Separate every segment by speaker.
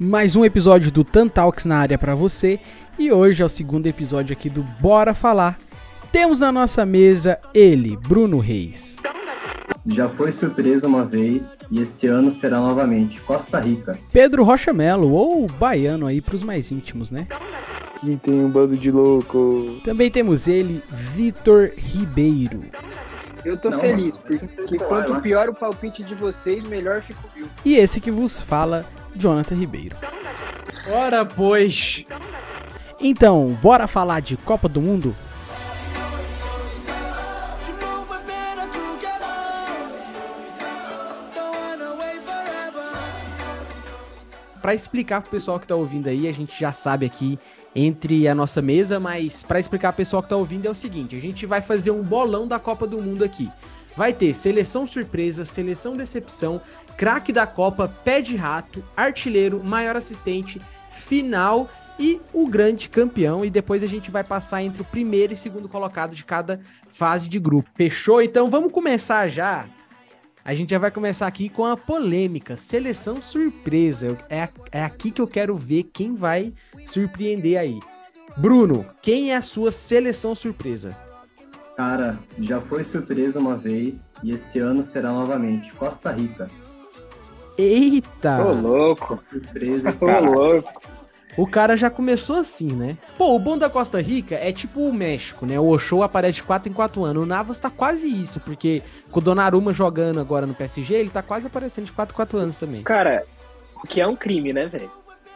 Speaker 1: Mais um episódio do Tantalks na área pra você e hoje é o segundo episódio aqui do Bora Falar. Temos na nossa mesa ele, Bruno Reis.
Speaker 2: Já foi surpresa uma vez e esse ano será novamente Costa Rica.
Speaker 1: Pedro Rocha Melo, ou baiano aí pros mais íntimos, né?
Speaker 3: Quem tem um bando de louco.
Speaker 1: Também temos ele, Vitor Ribeiro.
Speaker 4: Eu tô
Speaker 2: Não,
Speaker 4: feliz,
Speaker 2: mano,
Speaker 4: porque,
Speaker 2: você
Speaker 4: porque
Speaker 2: tá
Speaker 4: quanto
Speaker 2: lá.
Speaker 4: pior o palpite de vocês, melhor fica o meu.
Speaker 1: E esse que vos fala, Jonathan Ribeiro.
Speaker 5: Ora, pois.
Speaker 1: Então, bora falar de Copa do Mundo?
Speaker 5: Pra explicar pro pessoal que tá ouvindo aí, a gente já sabe aqui entre a nossa mesa, mas pra explicar pro pessoal que tá ouvindo é o seguinte: a gente vai fazer um bolão da Copa do Mundo aqui. Vai ter seleção surpresa, seleção decepção, craque da Copa, pé de rato, artilheiro, maior assistente, final e o grande campeão. E depois a gente vai passar entre o primeiro e segundo colocado de cada fase de grupo. Fechou? Então vamos começar já. A gente já vai começar aqui com a polêmica. Seleção surpresa. Eu- É, a- é aqui que eu quero ver quem vai surpreender aí. Bruno, quem é a sua seleção surpresa?
Speaker 2: Cara, já foi surpresa uma vez e esse ano será novamente Costa Rica.
Speaker 5: Eita!
Speaker 3: Ô, louco.
Speaker 2: Surpresa,
Speaker 3: Ô,
Speaker 2: surpresa.
Speaker 3: louco.
Speaker 5: O cara já começou assim, né? Pô, o bom da Costa Rica é tipo o México, né? O Ochoa aparece de 4 em 4 anos. O Navas tá quase isso, porque com o Donnarumma jogando agora no PSG, ele tá quase aparecendo de 4 em 4 anos também.
Speaker 4: Cara, o que é um crime, né, velho?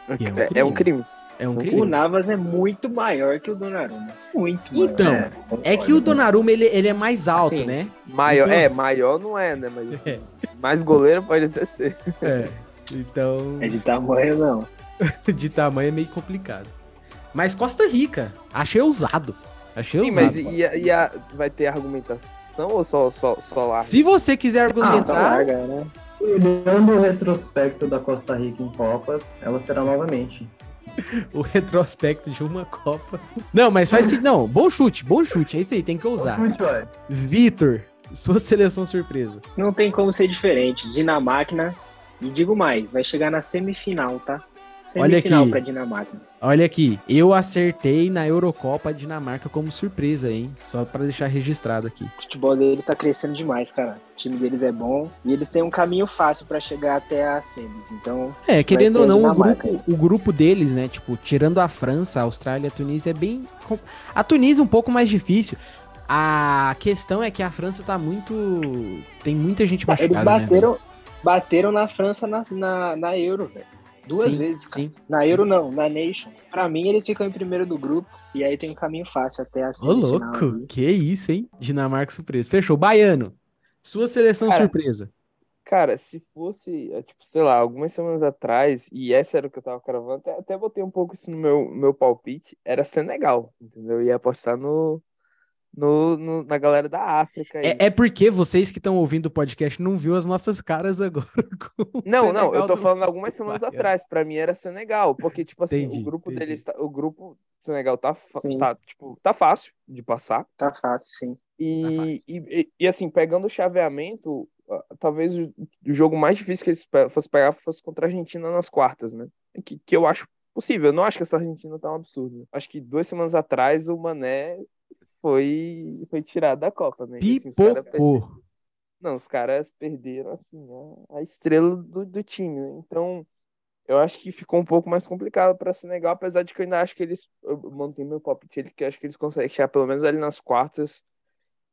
Speaker 3: É, é um crime.
Speaker 5: É um
Speaker 3: O
Speaker 5: crime.
Speaker 4: O Navas é muito maior que o Donnarumma. Muito maior.
Speaker 5: Então, é, que o Donnarumma, ele, ele é mais alto,
Speaker 4: Assim,
Speaker 5: né?
Speaker 3: Maior, é, maior não é, né? Mas assim, mais goleiro pode até ser.
Speaker 5: É. Então...
Speaker 4: É de tamanho, não.
Speaker 5: de tamanho é meio complicado. Mas Costa Rica, achei ousado. Achei
Speaker 3: Sim,
Speaker 5: ousado.
Speaker 3: mas e, a- e a- vai ter argumentação ou só, só, só lá?
Speaker 5: Se você quiser
Speaker 4: Ah, tá
Speaker 5: argumentar,
Speaker 4: larga, né?
Speaker 2: Olhando o retrospecto da Costa Rica em Copas, ela será novamente.
Speaker 5: o retrospecto de uma Copa. Não, mas faz assim. Não, bom chute, bom chute. É isso aí, tem que ousar.
Speaker 2: Muito, ué.
Speaker 5: Vitor, sua seleção surpresa.
Speaker 4: Não tem como ser diferente. Dinamáquina, e digo mais, vai chegar na semifinal, tá?
Speaker 5: Olha aqui.
Speaker 4: Semifinal pra Dinamáquina.
Speaker 5: Olha aqui, eu acertei na Eurocopa a Dinamarca como surpresa, hein? Só pra deixar registrado aqui.
Speaker 4: O futebol deles tá crescendo demais, cara. O time deles é bom e eles têm um caminho fácil pra chegar até a semis. Então,
Speaker 5: É, querendo ou
Speaker 4: ser
Speaker 5: não, o
Speaker 4: Dinamarca,
Speaker 5: grupo, o grupo deles, né? Tipo, tirando a França, a Austrália, a Tunísia, é bem. com- A Tunísia é um pouco mais difícil. A questão é que a França tá muito. Tem muita gente machucada.
Speaker 4: eles
Speaker 5: né, velho?
Speaker 4: bateram, bateram na França na, na, na Euro, velho. Duas
Speaker 5: Sim,
Speaker 4: vezes, cara.
Speaker 5: Sim.
Speaker 4: Na
Speaker 5: sim.
Speaker 4: Euro não, na Nation. Pra mim, eles ficam em primeiro do grupo e aí tem um caminho fácil até a
Speaker 5: Ô,
Speaker 4: semifinal.
Speaker 5: louco.
Speaker 4: ali.
Speaker 5: Que isso, hein? Dinamarca surpresa. Fechou. Baiano. Sua seleção
Speaker 3: Cara,
Speaker 5: surpresa.
Speaker 3: Cara, se fosse, é, tipo, sei lá, algumas semanas atrás, e essa era o que eu tava cravando, até, até botei um pouco isso no meu, meu palpite, era Senegal, entendeu? Eu ia apostar no, no, no- na galera da África. aí.
Speaker 5: É, é porque vocês que estão ouvindo o podcast não viu as nossas caras agora. com o
Speaker 3: Não, não, eu
Speaker 5: Senegal
Speaker 3: tô
Speaker 5: do-
Speaker 3: falando algumas semanas
Speaker 5: Baiano.
Speaker 3: atrás. Pra mim era Senegal, porque, tipo assim,
Speaker 5: Entendi,
Speaker 3: o grupo
Speaker 5: entendi.
Speaker 3: deles, tá- o grupo Senegal tá, fa-
Speaker 4: Sim.
Speaker 3: tá, tipo, tá fácil de passar.
Speaker 4: Tá fácil, sim.
Speaker 3: E,
Speaker 5: Tá fácil.
Speaker 3: e, e- e, assim, pegando o chaveamento, ah, talvez o, o jogo mais difícil que eles pe- fossem pegar fosse contra a Argentina nas quartas, né? Que, que eu acho possível. Eu não acho que essa Argentina tá um absurdo. Acho que duas semanas atrás o Mané foi, foi tirado da Copa, né? E, assim, os caras perderam-
Speaker 5: Pipocou.
Speaker 3: não, os caras perderam assim a, a estrela do, do time, né? Então, eu acho que ficou um pouco mais complicado para Senegal, apesar de que eu ainda acho que eles eu mantenho meu palpite, ele que eu acho que eles conseguem chegar pelo menos ali nas quartas,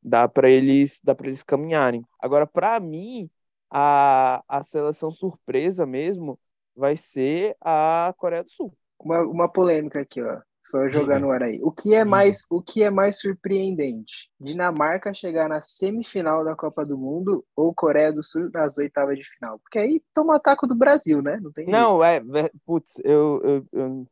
Speaker 3: dá para eles, dá para eles caminharem. Agora, para mim, a, a seleção surpresa mesmo vai ser a Coreia do Sul.
Speaker 4: Uma, uma polêmica aqui, ó. Só
Speaker 5: Diga.
Speaker 4: jogando no ar aí. O que é
Speaker 5: Diga.
Speaker 4: mais, o que é mais surpreendente? Dinamarca chegar na semifinal da Copa do Mundo ou Coreia do Sul nas oitavas de final? Porque aí toma ataque do Brasil, né? Não tem jeito.
Speaker 3: Não, é, ver- putz, eu, eu, eu-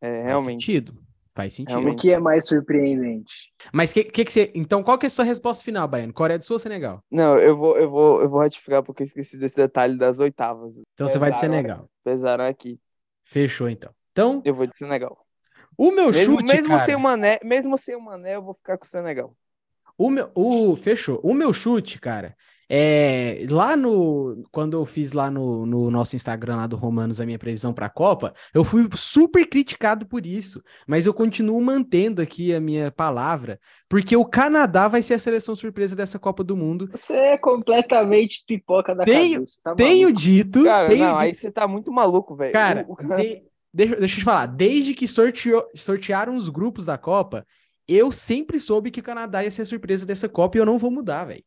Speaker 3: é,
Speaker 5: Faz
Speaker 3: realmente.
Speaker 5: sentido. Faz sentido.
Speaker 3: Realmente.
Speaker 4: O que é mais surpreendente?
Speaker 5: Mas que, que que você. Então, qual que é a sua resposta final, Baiano? Coreia do Sul ou Senegal?
Speaker 3: Não, eu vou, eu vou, eu vou ratificar porque eu esqueci desse detalhe das oitavas.
Speaker 5: Então você vai de
Speaker 3: Exato.
Speaker 5: Senegal.
Speaker 3: pesaram aqui.
Speaker 5: Fechou, então. Então,
Speaker 3: Eu vou de Senegal.
Speaker 5: o meu
Speaker 3: Mesmo,
Speaker 5: chute.
Speaker 3: mesmo
Speaker 5: cara,
Speaker 3: sem o Mané, mesmo sem o Mané, eu vou ficar com o Senegal.
Speaker 5: O meu, o, fechou. O meu chute, cara, é lá no. Quando eu fiz lá no, no nosso Instagram lá do Romanos a minha previsão para a Copa, eu fui super criticado por isso. Mas eu continuo mantendo aqui a minha palavra, porque o Canadá vai ser a seleção surpresa dessa Copa do Mundo.
Speaker 4: Você é completamente pipoca da
Speaker 5: Tenho-
Speaker 4: cabeça. Tá
Speaker 5: Tenho
Speaker 4: maluco.
Speaker 5: dito.
Speaker 3: Cara,
Speaker 5: tenho
Speaker 3: não,
Speaker 5: dito-
Speaker 3: aí você tá muito maluco, velho.
Speaker 5: Cara,
Speaker 3: O- o cara-
Speaker 5: de- deixa, deixa eu te falar. Desde que sorteou- sortearam os grupos da Copa, eu sempre soube que o Canadá ia ser a surpresa dessa Copa e eu não vou mudar, velho.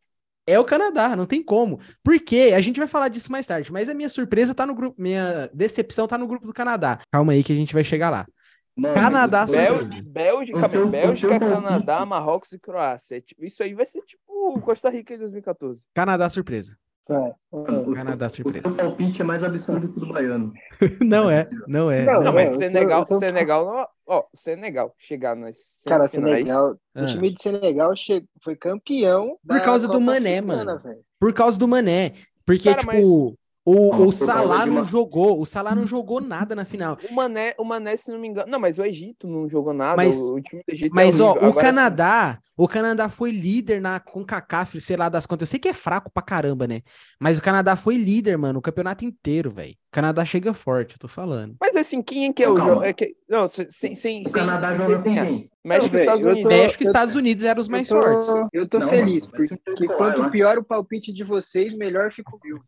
Speaker 5: É o Canadá, não tem como. Porque a gente vai falar disso mais tarde, mas a minha surpresa tá no grupo, minha decepção tá no grupo do Canadá. Calma aí que a gente vai chegar lá.
Speaker 2: Mano,
Speaker 5: Canadá
Speaker 2: os-
Speaker 5: surpresa.
Speaker 3: Bélgica, Bélgica,
Speaker 2: O seu- o
Speaker 3: Bélgica,
Speaker 2: seu palpite.
Speaker 3: Canadá, Marrocos e Croácia. É tipo- Isso aí vai ser tipo Costa Rica em 2014.
Speaker 5: Canadá surpresa.
Speaker 4: Vai, vai.
Speaker 2: mano, o seu-
Speaker 5: Canadá
Speaker 2: O
Speaker 5: surpresa.
Speaker 2: seu palpite é mais absurdo que o do baiano.
Speaker 5: não é, não é.
Speaker 4: Não,
Speaker 3: Não,
Speaker 4: é,
Speaker 3: mas
Speaker 4: o seu-
Speaker 3: Senegal,
Speaker 4: o seu-
Speaker 3: Senegal, não- é- ó, Senegal chegar nas
Speaker 4: Cara,
Speaker 3: semifinais.
Speaker 4: Senegal,
Speaker 5: Ah,
Speaker 4: o time de Senegal che- foi campeão
Speaker 5: Por causa do Mané, mano. por causa do Mané, porque
Speaker 3: Cara,
Speaker 5: tipo
Speaker 3: mas-
Speaker 5: o,
Speaker 2: Não,
Speaker 5: o
Speaker 2: por
Speaker 5: Salah
Speaker 2: causa de
Speaker 5: não
Speaker 2: uma-
Speaker 5: jogou, o Salah não jogou nada na final.
Speaker 3: O Mané, o Mané, se não me engano. Não, mas o Egito não jogou nada.
Speaker 5: Mas-
Speaker 3: o, o time do Egito é
Speaker 5: Mas, ó,
Speaker 3: horrível.
Speaker 5: o
Speaker 3: Agora,
Speaker 5: Canadá, o Canadá foi líder na CONCACAF, sei lá das contas. Eu sei que é fraco pra caramba, né? Mas o Canadá foi líder, mano, o campeonato inteiro, velho. O Canadá chega forte, eu tô falando.
Speaker 3: Mas assim, quem é que é o
Speaker 2: Calma.
Speaker 3: jogo? É que... Não, se- sem, sem,
Speaker 2: O
Speaker 3: sem
Speaker 2: Canadá
Speaker 3: sem
Speaker 2: joga com
Speaker 3: desenhar.
Speaker 2: quem?
Speaker 3: México e
Speaker 4: Não,
Speaker 3: Estados
Speaker 4: velho, eu
Speaker 3: Unidos.
Speaker 4: tô-
Speaker 5: México e Estados Unidos eram os mais
Speaker 4: eu tô,
Speaker 5: fortes.
Speaker 4: Eu tô
Speaker 2: Não,
Speaker 4: feliz,
Speaker 2: mano, vai ser um
Speaker 4: porque
Speaker 2: titular,
Speaker 4: quanto
Speaker 2: né?
Speaker 4: pior o palpite de vocês, melhor fica o meu.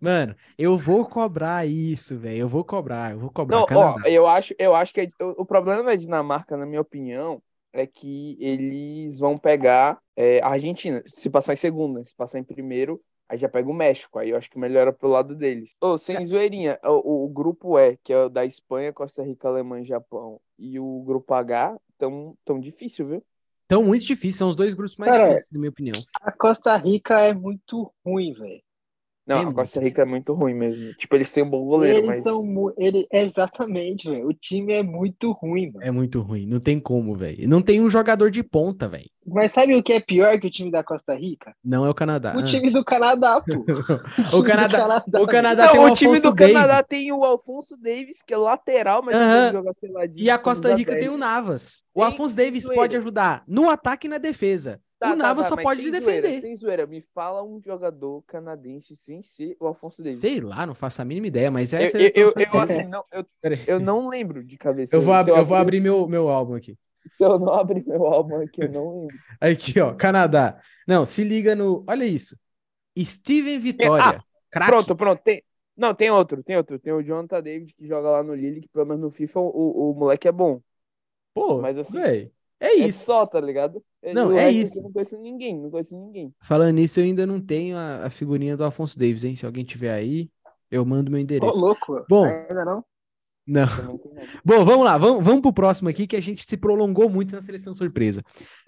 Speaker 5: Mano, eu vou cobrar isso, velho. Eu vou cobrar, eu vou cobrar.
Speaker 3: Não, ó,
Speaker 5: Canadá.
Speaker 3: eu acho, eu acho que a- o, o problema da Dinamarca, na minha opinião, é que eles vão pegar é, a Argentina. Se passar em segundo, né? se passar em primeiro, aí já pega o México. Aí eu acho que melhora pro lado deles. Ô, sem
Speaker 5: É.
Speaker 3: zoeirinha, o, o- o grupo E, que é o da Espanha, Costa Rica, Alemanha e Japão, e o grupo H, tão, tão difícil, viu?
Speaker 5: Então, muito difícil, são os dois grupos mais
Speaker 4: Cara,
Speaker 5: difíceis, na minha opinião.
Speaker 4: A Costa Rica é muito ruim, velho.
Speaker 3: Não,
Speaker 5: Tem
Speaker 3: a
Speaker 5: muito.
Speaker 3: Costa Rica é muito ruim mesmo. Tipo, eles têm um bom goleiro,
Speaker 4: Eles
Speaker 3: mas.
Speaker 4: são mu- ele Exatamente, velho. O time é muito ruim, mano.
Speaker 5: É muito ruim, não tem como, velho. Não tem um jogador de ponta, velho.
Speaker 4: Mas sabe o que é pior que o time da Costa Rica?
Speaker 5: Não é o Canadá.
Speaker 4: O
Speaker 5: Ah.
Speaker 4: time do Canadá, pô.
Speaker 5: O Canadá- o Canadá
Speaker 3: Não,
Speaker 5: tem
Speaker 3: o time
Speaker 5: Alfonso
Speaker 3: do Canadá
Speaker 5: Davis.
Speaker 3: tem o Alfonso Davis, que é lateral, mas
Speaker 5: Aham.
Speaker 3: ele joga, sei lá, de-
Speaker 5: E a Costa
Speaker 3: camisa
Speaker 5: Rica
Speaker 3: 10.
Speaker 5: tem o Navas. O
Speaker 3: Tem
Speaker 5: Afonso Davis
Speaker 3: zoeira.
Speaker 5: pode ajudar no ataque e na defesa.
Speaker 3: Tá,
Speaker 5: o Navas
Speaker 3: tá, tá,
Speaker 5: só
Speaker 3: mas
Speaker 5: pode
Speaker 3: sem
Speaker 5: defender.
Speaker 3: Zoeira, sem zoeira, me fala um jogador canadense sem ser o Alfonso Davis.
Speaker 5: Sei lá, não faço a mínima ideia, mas
Speaker 3: Eu,
Speaker 5: essa é a
Speaker 3: eu, eu,
Speaker 5: seleção
Speaker 3: eu,
Speaker 5: surpresa.
Speaker 3: assim, não, eu,
Speaker 5: Pera aí.
Speaker 3: eu não lembro de cabeça.
Speaker 5: Eu vou,
Speaker 3: Se
Speaker 5: ab- eu vou
Speaker 3: abrir-
Speaker 5: abrir meu, meu álbum aqui.
Speaker 3: Se eu não abrir meu álbum aqui, eu não lembro.
Speaker 5: Aqui, ó, Canadá. Não, se liga no. Olha isso. Steven Vitória. craque.
Speaker 3: Ah, Pronto, pronto. Tem... Não, tem outro, tem outro. Tem o Jonathan David que joga lá no Lille, que pelo menos no FIFA o, o moleque é bom.
Speaker 5: Pô,
Speaker 3: mas assim,
Speaker 5: véi, é
Speaker 3: É
Speaker 5: isso.
Speaker 3: só, tá ligado?
Speaker 5: Não,
Speaker 3: o
Speaker 5: é
Speaker 3: resto aqui
Speaker 5: isso.
Speaker 3: Eu não conheço ninguém, não conheço ninguém.
Speaker 5: Falando nisso, eu ainda não tenho a, a figurinha do Afonso Davis, hein? Se alguém tiver aí, eu mando meu
Speaker 4: Ô,
Speaker 5: endereço.
Speaker 4: louco.
Speaker 5: Bom.
Speaker 4: Ainda não?
Speaker 5: Não.
Speaker 3: Eu não conheço.
Speaker 5: Bom, vamos lá, vamos, vamos pro próximo aqui, que a gente se prolongou muito na seleção surpresa.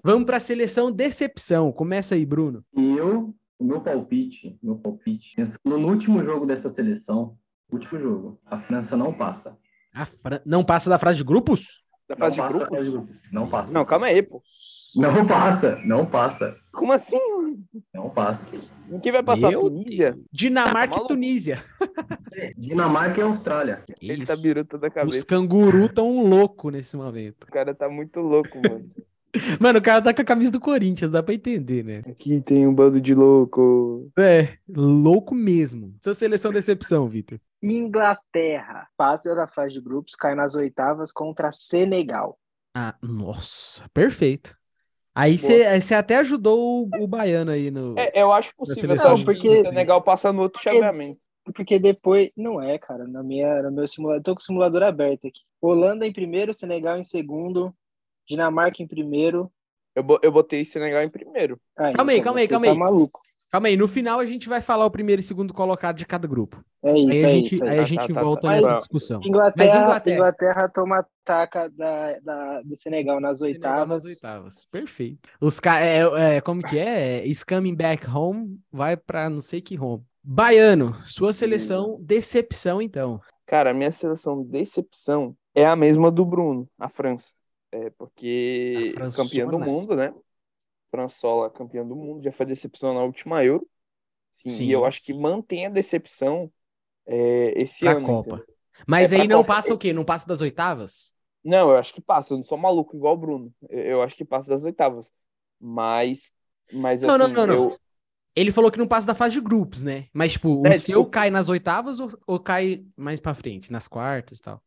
Speaker 5: Vamos pra seleção decepção. Começa aí, Bruno.
Speaker 2: E eu, o meu palpite, meu palpite, pensando no último jogo dessa seleção, último jogo, a França não passa.
Speaker 5: A Fran- Não passa da fase de grupos?
Speaker 3: Da
Speaker 2: Não
Speaker 3: fase de
Speaker 2: passa
Speaker 3: grupos?
Speaker 2: fase de grupos. Não passa.
Speaker 3: Não, calma aí, pô.
Speaker 2: Não passa, não passa,
Speaker 3: Como assim?
Speaker 2: não passa.
Speaker 3: Quem vai passar?
Speaker 5: Meu
Speaker 3: Tunísia?
Speaker 5: Dinamarca
Speaker 3: Tá
Speaker 5: e
Speaker 3: maluco?
Speaker 5: Tunísia.
Speaker 2: Dinamarca e Austrália.
Speaker 3: Ele tá biruta da
Speaker 5: Os
Speaker 3: cabeça.
Speaker 5: canguru tão louco nesse momento.
Speaker 3: O cara tá muito louco, mano.
Speaker 5: Mano, o cara tá com a camisa do Corinthians, dá pra entender, né?
Speaker 3: Aqui tem um bando de louco.
Speaker 5: É, louco mesmo. Sua seleção decepção, Vitor.
Speaker 4: Inglaterra passa da fase de grupos, cai nas oitavas contra Senegal.
Speaker 5: Ah, nossa, perfeito. Aí você até ajudou o, o baiano aí no.
Speaker 3: É, eu acho possível
Speaker 5: seleção
Speaker 3: essa
Speaker 4: de-
Speaker 3: porque
Speaker 4: porque-
Speaker 3: o Senegal passa no outro chaveamento.
Speaker 4: Porque depois. Não é, cara. Na minha, no meu simulador. Tô com o simulador aberto aqui. Holanda em primeiro, Senegal em segundo, Dinamarca em primeiro.
Speaker 3: Eu, bo- eu botei Senegal em primeiro.
Speaker 5: Calma aí,
Speaker 4: então
Speaker 5: calma aí,
Speaker 4: você
Speaker 5: calma
Speaker 4: tá
Speaker 5: aí.
Speaker 4: maluco.
Speaker 5: Calma aí, no final a gente vai falar o primeiro e segundo colocado de cada grupo.
Speaker 4: É isso,
Speaker 5: Aí
Speaker 4: é
Speaker 5: a gente,
Speaker 4: isso. é
Speaker 5: aí a
Speaker 4: isso.
Speaker 3: Tá,
Speaker 5: gente
Speaker 3: tá, tá,
Speaker 5: volta
Speaker 4: tá.
Speaker 5: nessa
Speaker 4: Mas-
Speaker 5: discussão.
Speaker 4: Inglaterra,
Speaker 5: Mas Inglaterra-
Speaker 4: Inglaterra. toma a taca da, da- do Senegal nas
Speaker 5: Senegal nas
Speaker 4: oitavas.
Speaker 5: oitavas. Perfeito. Os caras. É, é, como que é? É, Scamming back home, vai pra não sei que home. Baiano, sua seleção,
Speaker 3: Hum.
Speaker 5: decepção, então.
Speaker 3: Cara, a minha seleção decepção é a mesma do Bruno, a França. É, porque
Speaker 5: A Françola.
Speaker 3: campeã do mundo, né? Françola, campeã do mundo, já foi decepção na última Euro. Sim,
Speaker 5: Sim.
Speaker 3: E eu acho que mantém a decepção é, esse
Speaker 5: Pra
Speaker 3: ano.
Speaker 5: Copa.
Speaker 3: entendeu?
Speaker 5: Mas
Speaker 3: É, pra
Speaker 5: aí não
Speaker 3: Copa.
Speaker 5: passa o quê? Não passa das oitavas?
Speaker 3: Não, eu acho que passa. Eu não sou maluco igual o Bruno. Eu- Eu acho que passa das oitavas. Mas Mas
Speaker 5: Não, não,
Speaker 3: assim,
Speaker 5: não, não.
Speaker 3: eu-
Speaker 5: Ele falou que não passa da fase de grupos, né? Mas, tipo,
Speaker 3: É,
Speaker 5: o seu
Speaker 3: tipo-
Speaker 5: cai nas oitavas ou, ou cai mais pra frente, nas quartas e tal? O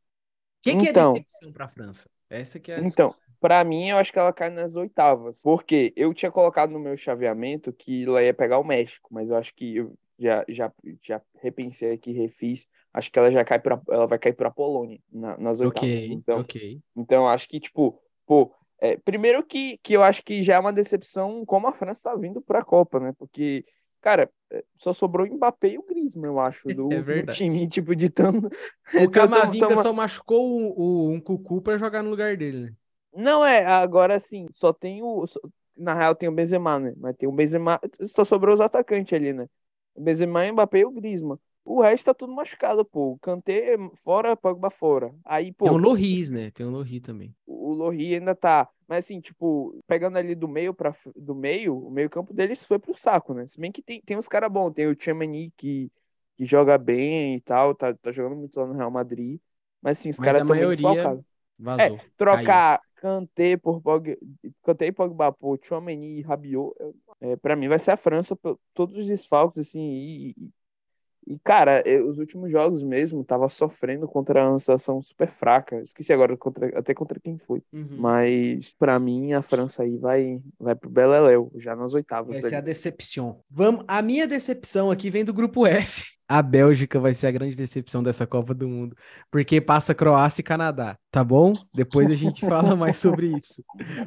Speaker 5: que, que
Speaker 3: Então.
Speaker 5: é decepção pra França? Essa que é a
Speaker 3: Então.
Speaker 5: discussão.
Speaker 3: Pra mim, eu acho que ela cai nas oitavas. Porque eu tinha colocado no meu chaveamento que ela ia pegar o México, mas eu acho que eu já, já, já repensei aqui, refiz. Acho que ela já cai pra, ela vai cair pra Polônia na- nas oitavas.
Speaker 5: Ok,
Speaker 3: então,
Speaker 5: ok.
Speaker 3: então, eu acho que, tipo, pô, é, primeiro que, que eu acho que já é uma decepção como a França tá vindo pra Copa, né? Porque, cara, é, só sobrou o Mbappé e o Griezmann, eu acho, do,
Speaker 5: É
Speaker 3: do
Speaker 5: verdade.
Speaker 3: time, tipo, de tanto.
Speaker 5: O
Speaker 3: tão-
Speaker 5: Camavinga
Speaker 3: tão-
Speaker 5: só machucou o, o- um cucu pra jogar no lugar dele, né?
Speaker 3: Não, é, agora sim, só tem o. só- na real tem o Benzema, né? Mas tem o Benzema. Só sobrou os atacantes ali, né? O Benzema, o Mbappé e o Griezmann. O resto tá tudo machucado, pô. O Kanté fora, Pogba fora. Aí, pô,
Speaker 5: Tem o Loris, né? Tem o Loris também.
Speaker 3: o Lohri ainda tá. Mas assim, tipo, pegando ali do meio para do meio, o meio-campo deles foi pro saco, né? Se bem que tem, tem uns caras bons, tem o Tchemani que, que joga bem e tal, tá, tá jogando muito lá no Real Madrid. Mas assim, os
Speaker 5: Mas
Speaker 3: caras
Speaker 5: a
Speaker 3: tão meio
Speaker 5: maioria-
Speaker 3: desfalcados
Speaker 5: Vazou.
Speaker 3: trocar Kanté por Pog... Kanté e Pogba por Tchouameni e Rabiot, eu- é, para mim vai ser a França por todos os desfalques assim e, e- e, cara, eu- os últimos jogos mesmo tava sofrendo contra uma seleção super fraca. Esqueci agora contra- até contra quem foi.
Speaker 5: Uhum.
Speaker 3: Mas pra mim a França aí vai vai pro Beleléu, já nas oitavas
Speaker 5: Vai ser é a
Speaker 3: ali.
Speaker 5: decepção. Vamos, a minha decepção aqui vem do grupo F. A Bélgica vai ser a grande decepção dessa Copa do Mundo, porque passa Croácia e Canadá, tá bom? Depois a gente fala mais sobre isso.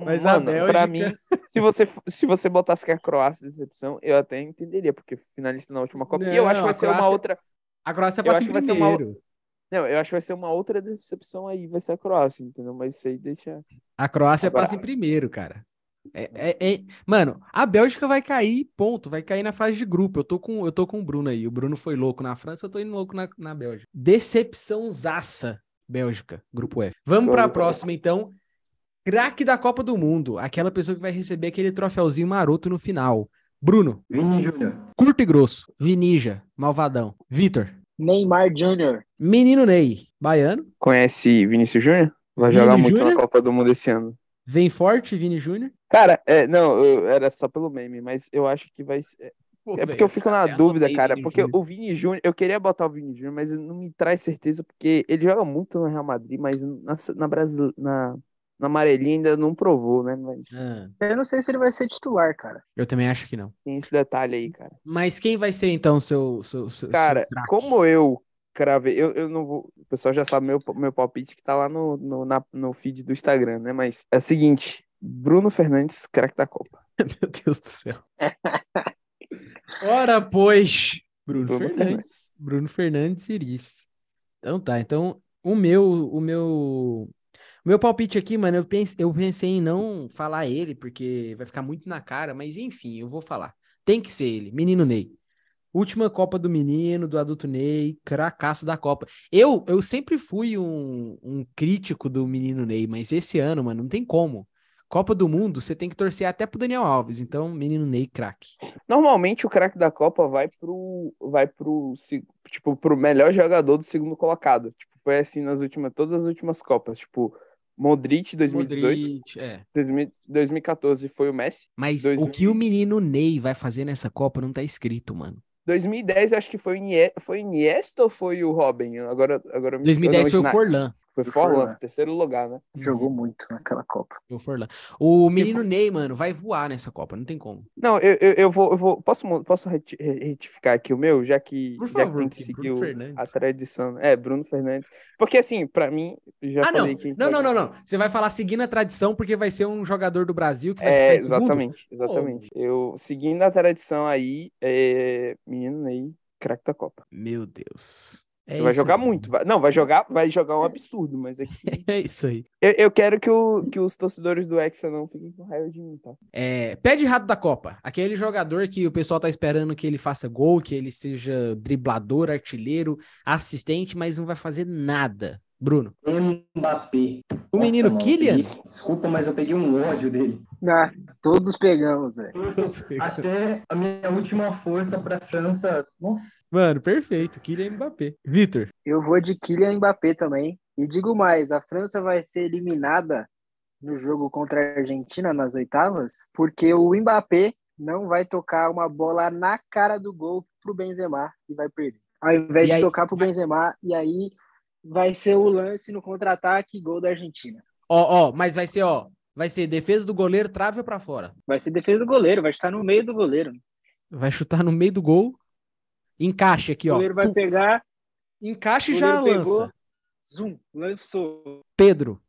Speaker 5: Mas a
Speaker 3: Mano,
Speaker 5: Bélgica-
Speaker 3: pra mim, se você f- se você botasse que a Croácia é decepção, eu até entenderia, porque finalista na última Copa. e eu
Speaker 5: Não,
Speaker 3: acho que
Speaker 5: a
Speaker 3: vai ser uma
Speaker 5: Croácia-
Speaker 3: outra
Speaker 5: A Croácia
Speaker 3: Eu
Speaker 5: passa
Speaker 3: acho
Speaker 5: em
Speaker 3: que vai ser uma-
Speaker 5: primeiro.
Speaker 3: Não, eu acho que vai ser uma outra decepção aí, vai ser a Croácia, entendeu? Mas isso aí deixa.
Speaker 5: A Croácia
Speaker 3: Agora-
Speaker 5: passa em primeiro, cara. É- é- é- Mano, a Bélgica vai cair, ponto. Vai cair na fase de grupo. Eu tô com, eu tô com o Bruno aí. O Bruno foi louco na França, eu tô indo louco na, na Bélgica. Decepção zaça, Bélgica, grupo F. Vamos pra
Speaker 3: Vamos.
Speaker 5: próxima, então. Craque da Copa do Mundo. Aquela pessoa que vai receber aquele troféuzinho maroto no final. Bruno,
Speaker 2: Vini Júnior.
Speaker 5: curto e grosso. Vinija, malvadão. Vitor,
Speaker 4: Neymar Jr.
Speaker 5: menino Ney, baiano.
Speaker 3: Conhece Vinícius Júnior? Vai
Speaker 5: Vini
Speaker 3: jogar muito
Speaker 5: Júnior?
Speaker 3: na Copa do Mundo esse ano.
Speaker 5: Vem forte, Vini Júnior.
Speaker 3: Cara, é, não, eu- era só pelo meme, mas eu acho que vai. ser- É porque eu fico na
Speaker 5: até
Speaker 3: dúvida,
Speaker 5: anotei
Speaker 3: cara.
Speaker 5: Vini
Speaker 3: Porque
Speaker 5: Júnior.
Speaker 3: o Vini Júnior, eu queria botar o Vini Júnior, mas não me traz certeza, porque ele joga muito no Real Madrid, mas na, na, Brasil, na, na amarelinha ainda não provou, né? Mas
Speaker 5: Ah,
Speaker 4: Eu não sei se ele vai ser titular, cara.
Speaker 5: eu também acho que não.
Speaker 3: tem esse detalhe aí, cara.
Speaker 5: Mas quem vai ser então seu seu, seu-
Speaker 3: Cara,
Speaker 5: seu craque?
Speaker 3: como eu cravei, eu, eu não vou. O pessoal já sabe meu, meu palpite que tá lá no, no, na- no feed do Instagram, né? Mas é o seguinte: Bruno Fernandes, craque da Copa.
Speaker 5: meu Deus do céu. Ora pois, Bruno,
Speaker 3: Bruno
Speaker 5: Fernandes.
Speaker 3: Fernandes.
Speaker 5: Bruno Fernandes Iris. Então tá, então o meu o meu o meu palpite aqui, mano, eu pensei, eu pensei em não falar ele porque vai ficar muito na cara, mas enfim, eu vou falar. Tem que ser ele, menino Ney. Última Copa do menino, do adulto Ney, cracaço da Copa. Eu, eu sempre fui um, um crítico do menino Ney, mas esse ano, mano, não tem como. Copa do Mundo, você tem que torcer até pro Daniel Alves. Então, menino Ney, craque.
Speaker 3: Normalmente o craque da Copa vai pro. Vai pro. se- Tipo, pro melhor jogador do segundo colocado. Tipo, foi assim nas últimas, todas as últimas Copas. Tipo, Modric 2018,
Speaker 5: Modric, é.
Speaker 3: 2000 2014 foi o Messi.
Speaker 5: Mas
Speaker 3: Dois
Speaker 5: o que o menino Ney vai fazer nessa Copa não tá escrito, mano.
Speaker 3: 2010 acho que foi o Inie- foi o Iniesta ou foi o Robin? Agora, agora eu me- eu
Speaker 5: 2010
Speaker 3: não-
Speaker 5: foi o
Speaker 3: na-
Speaker 5: Forlan.
Speaker 3: Foi
Speaker 4: Foi
Speaker 3: Forlan,
Speaker 4: Forlan.
Speaker 3: terceiro lugar, né?
Speaker 5: Uhum.
Speaker 4: Jogou muito naquela Copa.
Speaker 5: Foi o Forlan. O menino Ney, mano, vai voar nessa Copa, não tem como.
Speaker 3: Não, eu, eu, eu vou, eu vou. Posso, mu- posso reti- re- retificar aqui o meu, já que,
Speaker 5: Por
Speaker 3: já que
Speaker 5: favor,
Speaker 3: tem que
Speaker 5: Bruno
Speaker 3: seguir o-
Speaker 5: Fernandes.
Speaker 3: a tradição. É, Bruno Fernandes. Porque assim, pra mim, já
Speaker 5: Ah, não.
Speaker 3: falei que.
Speaker 5: Não, não, não, não. Você vai falar seguindo a tradição porque vai ser um jogador do Brasil que vai
Speaker 3: É,
Speaker 5: ficar em segundo?
Speaker 3: exatamente, exatamente. Eu, seguindo a tradição aí, é, menino Ney, craque da Copa.
Speaker 5: Meu Deus. É
Speaker 3: Ele vai
Speaker 5: isso
Speaker 3: jogar
Speaker 5: aí.
Speaker 3: muito. vai- não, vai jogar, vai jogar um absurdo, mas aqui.
Speaker 5: É isso aí.
Speaker 3: eu, eu quero que, o, que os torcedores do Hexa não fiquem com raiva de mim, tá?
Speaker 5: É, pé de rato da Copa. Aquele jogador que o pessoal tá esperando que ele faça gol, que ele seja driblador, artilheiro, assistente, mas não vai fazer nada. Bruno.
Speaker 2: Mbappé.
Speaker 5: O
Speaker 2: Nossa,
Speaker 5: menino
Speaker 2: mano,
Speaker 5: Kylian?
Speaker 2: peguei- Desculpa, mas eu peguei um ódio dele.
Speaker 4: Ah, todos pegamos, velho.
Speaker 2: Até a minha última força pra França. Nossa,
Speaker 5: Mano, perfeito. Kylian Mbappé. Vitor.
Speaker 4: Eu vou de Kylian Mbappé também. E digo mais, a França vai ser eliminada no jogo contra a Argentina nas oitavas, porque o Mbappé não vai tocar uma bola na cara do gol pro Benzema e vai perder. Ao invés
Speaker 5: E
Speaker 4: de
Speaker 5: aí-
Speaker 4: tocar pro Benzema, e aí vai ser o lance no contra-ataque gol da Argentina.
Speaker 5: Ó, ó, mas vai ser, ó. Vai ser defesa do goleiro, trave pra fora.
Speaker 4: Vai ser defesa do goleiro, vai estar no meio do goleiro.
Speaker 5: Vai chutar no meio do gol. Encaixe aqui,
Speaker 4: o
Speaker 5: ó.
Speaker 4: goleiro vai
Speaker 5: Pum.
Speaker 4: pegar,
Speaker 5: Encaixe
Speaker 4: o
Speaker 5: e já
Speaker 4: goleiro
Speaker 5: lança.
Speaker 4: pegou, zoom, lançou.
Speaker 5: Pedro.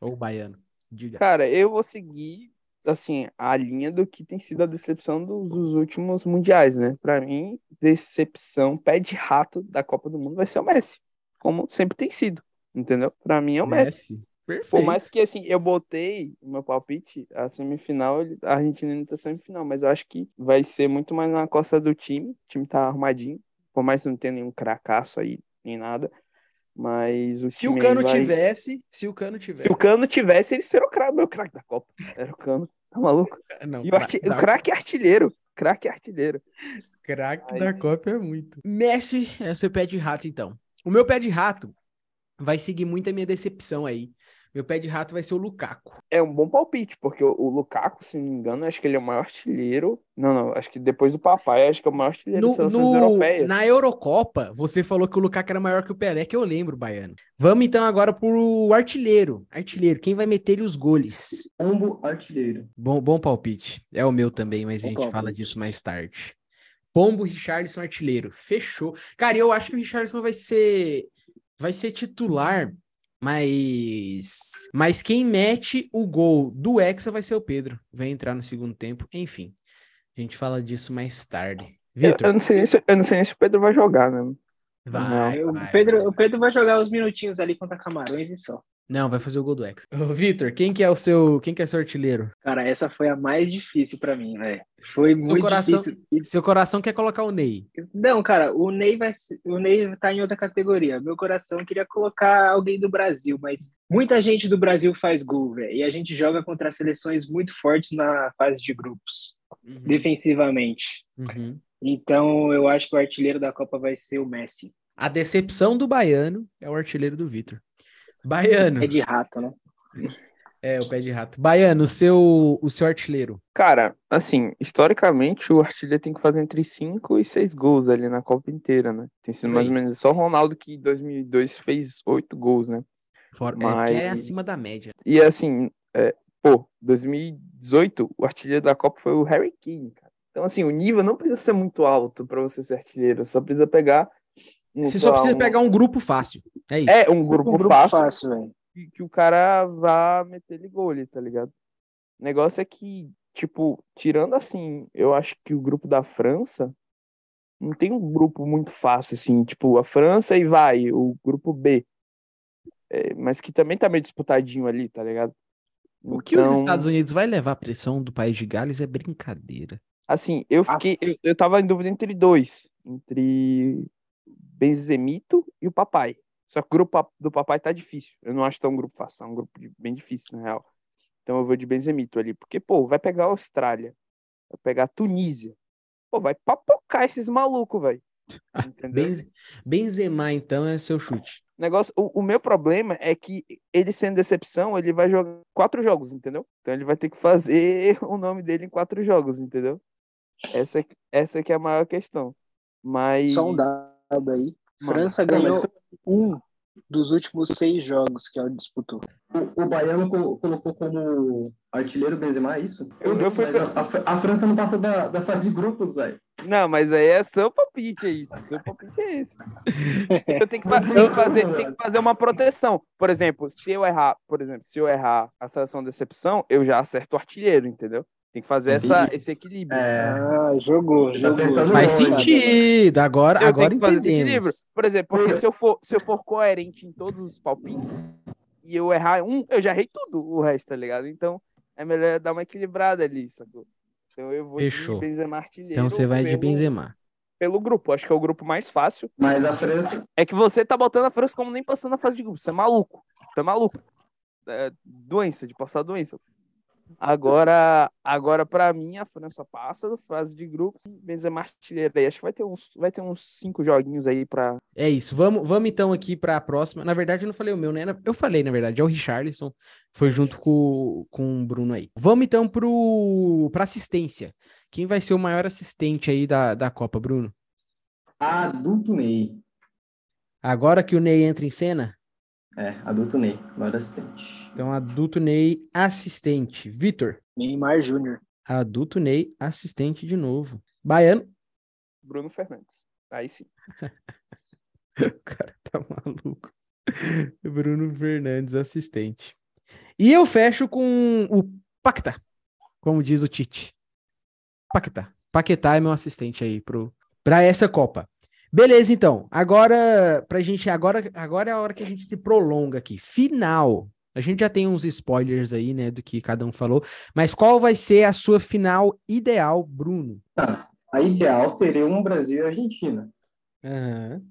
Speaker 5: Ou baiano. Diga.
Speaker 3: Cara, eu vou seguir, assim, a linha do que tem sido a decepção dos, dos últimos mundiais, né? Pra mim, decepção, pé de rato da Copa do Mundo vai ser o Messi, como sempre tem sido, entendeu? Pra mim é o Messi. Por
Speaker 5: Perfeito.
Speaker 3: mais que, assim, eu botei no meu palpite, a semifinal, ele- a Argentina ainda tá semifinal, mas eu acho que vai ser muito mais na costa do time, o time tá arrumadinho, por mais que não tenha nenhum cracaço aí, nem nada, mas o
Speaker 5: Se o
Speaker 3: time
Speaker 5: Cano
Speaker 3: aí vai...
Speaker 5: tivesse, se o Cano tivesse.
Speaker 3: Se o Cano tivesse, ele seria o cra- meu craque da Copa. Era o Cano. Tá maluco?
Speaker 5: Não,
Speaker 3: E o,
Speaker 5: cra-
Speaker 3: arti...
Speaker 5: dá-
Speaker 3: o craque é artilheiro. Craque é artilheiro.
Speaker 5: craque
Speaker 3: Aí.
Speaker 5: da Copa é muito. Messi é seu pé de rato, então. O meu pé de rato vai seguir muito a minha decepção aí. Meu pé de rato vai ser o Lukaku.
Speaker 3: É um bom palpite, porque o, o Lukaku, se não me engano, acho que ele é o maior artilheiro. Não, não, acho que depois do papai, acho que é o maior artilheiro
Speaker 5: No-
Speaker 3: das seleções
Speaker 5: no-
Speaker 3: europeias.
Speaker 5: na Eurocopa, você falou que o Lukaku era maior que o Pelé, que eu lembro, Baiano. Vamos então agora pro artilheiro. Artilheiro, quem vai meter os goles?
Speaker 2: Pombo artilheiro.
Speaker 5: Bom, bom palpite. É o meu também, mas a
Speaker 2: Bom
Speaker 5: gente
Speaker 2: palpite.
Speaker 5: fala disso mais tarde. Pombo, Richarlison, artilheiro. Fechou. Cara, eu acho que o Richarlison vai ser vai ser titular, mas mas quem mete o gol do Hexa vai ser o Pedro. Vai entrar no segundo tempo, enfim. A gente fala disso mais tarde.
Speaker 3: Eu, eu
Speaker 5: Vitor,
Speaker 3: não sei nem se, eu não sei nem se o Pedro vai jogar, né?
Speaker 5: vai,
Speaker 4: o,
Speaker 5: vai,
Speaker 4: Pedro,
Speaker 5: vai.
Speaker 4: o Pedro vai jogar os minutinhos ali contra Camarões e só.
Speaker 5: Não, vai fazer o gol do Hexa. Ô, Vitor, quem que é o seu, quem que é seu artilheiro?
Speaker 4: Cara, essa foi a mais difícil pra mim, velho. Foi muito
Speaker 5: coração-
Speaker 4: difícil. E-
Speaker 5: Seu coração quer colocar o Ney.
Speaker 4: Não, cara, o Ney vai, se- o Ney tá em outra categoria. Meu coração queria colocar alguém do Brasil, mas muita gente do Brasil faz gol, velho. E a gente joga contra seleções muito fortes na fase de grupos, Uhum. defensivamente.
Speaker 5: Uhum.
Speaker 4: Então, eu acho que o artilheiro da Copa vai ser o Messi.
Speaker 5: A decepção do baiano é o artilheiro do Vitor. Baiano,
Speaker 4: É de rato, né?
Speaker 5: é o pé de rato. Baiano, o seu, o seu artilheiro.
Speaker 3: Cara, assim, historicamente o artilheiro tem que fazer entre 5 e 6 gols ali na Copa inteira, né? Tem sido mais ou menos só o Ronaldo que em 2002 fez 8 gols, né?
Speaker 5: Fora, é,
Speaker 3: Mas-
Speaker 5: que é acima da média.
Speaker 3: E assim, é, pô, 2018, o artilheiro da Copa foi o Harry Kane, cara. Então, assim, o nível não precisa ser muito alto pra você ser artilheiro, só precisa pegar. Um,
Speaker 5: Você
Speaker 3: sei
Speaker 5: só
Speaker 3: lá,
Speaker 5: precisa
Speaker 3: um-
Speaker 5: pegar um grupo fácil. É isso.
Speaker 3: É, um grupo,
Speaker 4: Um grupo
Speaker 3: fácil,
Speaker 4: fácil, velho.
Speaker 3: que, que o cara vá meter ele gol ali, tá ligado? O negócio é que, tipo, tirando assim, eu acho que o grupo da França não tem um grupo muito fácil, assim, tipo, a França e vai, o grupo B. É, mas que também tá meio disputadinho ali, tá ligado?
Speaker 5: O que os
Speaker 3: Então,
Speaker 5: Estados Unidos vai levar a pressão do país de Gales é brincadeira.
Speaker 3: Assim, eu
Speaker 4: Ah.
Speaker 3: fiquei. Eu, eu tava em dúvida entre dois. Entre Benzemito e o papai. Só que o grupo pa- do papai tá difícil. Eu não acho tão um grupo fácil. É um grupo de- bem difícil, na real. Então eu vou de Benzemito ali. Porque, pô, vai pegar a Austrália. Vai pegar a Tunísia. Pô, vai papocar esses malucos, velho. Entendeu?
Speaker 5: Benze- Benzema, então, é seu chute.
Speaker 3: O negócio, o, o meu problema é que ele sendo decepção, ele vai jogar quatro jogos, entendeu? Então ele vai ter que fazer o nome dele em quatro jogos, entendeu? Essa, que- essa que é a maior questão. Mas
Speaker 4: Só um dado aí.
Speaker 3: Mano.
Speaker 4: França ganhou
Speaker 3: assim?
Speaker 4: um dos últimos seis jogos que ela disputou.
Speaker 2: O, o Baiano co- colocou como artilheiro Benzema, é isso?
Speaker 3: Eu- eu fui-
Speaker 2: Mas a, a Fran- a França não passa da, da fase de grupos, velho.
Speaker 3: não, mas aí é seu palpite é isso, seu palpite é esse. Eu tenho que, fa- tem que fazer, tem que fazer uma proteção. Por exemplo, se eu errar, por exemplo, se eu errar a seleção decepção, eu já acerto o artilheiro, entendeu? Tem que fazer essa, esse equilíbrio.
Speaker 2: É,
Speaker 4: Ah, jogou,
Speaker 2: Tá
Speaker 4: jogou.
Speaker 2: pensando
Speaker 5: Faz
Speaker 2: Não, não.
Speaker 5: sentido. Agora,
Speaker 3: é eu
Speaker 5: agora
Speaker 3: tenho que fazer esse equilíbrio.
Speaker 5: entendemos. Uhum.
Speaker 3: Por exemplo, porque se eu for, se eu for coerente em todos os palpites e eu errar um, eu já errei tudo o resto, tá ligado? Então é melhor dar uma equilibrada ali, sacou? Então eu vou
Speaker 5: Fechou.
Speaker 3: de Benzema artilheiro.
Speaker 5: Então você vai de
Speaker 3: pelo-
Speaker 5: Benzema.
Speaker 3: Pelo grupo, acho que é o grupo mais fácil.
Speaker 2: mas a França.
Speaker 3: É que você tá botando a França como nem passando a fase de grupo. Você é maluco. Você é maluco. É doença, de passar doença. Agora, agora para mim, a França passa da fase de grupo. Benzema artilheiro aí. Acho que vai ter uns, vai ter uns cinco joguinhos aí pra,
Speaker 5: É isso. Vamos, vamos então aqui para a próxima. Na verdade, eu não falei o meu, né? Eu falei, na verdade, é o Richarlison. Foi junto com, com o Bruno aí. Vamos então para assistência. Quem vai ser o maior assistente aí da, da Copa, Bruno?
Speaker 2: Adulto Ney.
Speaker 5: Agora que o Ney entra em cena,
Speaker 2: É, adulto Ney, maior assistente.
Speaker 5: então adulto Ney assistente. Vitor,
Speaker 4: Neymar Júnior.
Speaker 5: adulto Ney assistente de novo. Baiano,
Speaker 3: Bruno Fernandes. Aí sim.
Speaker 5: o cara tá maluco. Bruno Fernandes assistente. E eu fecho com o Paquetá, como diz o Tite. Paquetá. Paquetá é meu assistente aí pro, pra essa Copa. Beleza, então. Agora, pra gente, agora, agora é a hora que a gente se prolonga aqui. Final. A gente já tem uns spoilers aí, né, do que cada um falou. Mas qual vai ser a sua final ideal, Bruno?
Speaker 2: A ideal seria um Brasil e Argentina,
Speaker 5: Aham.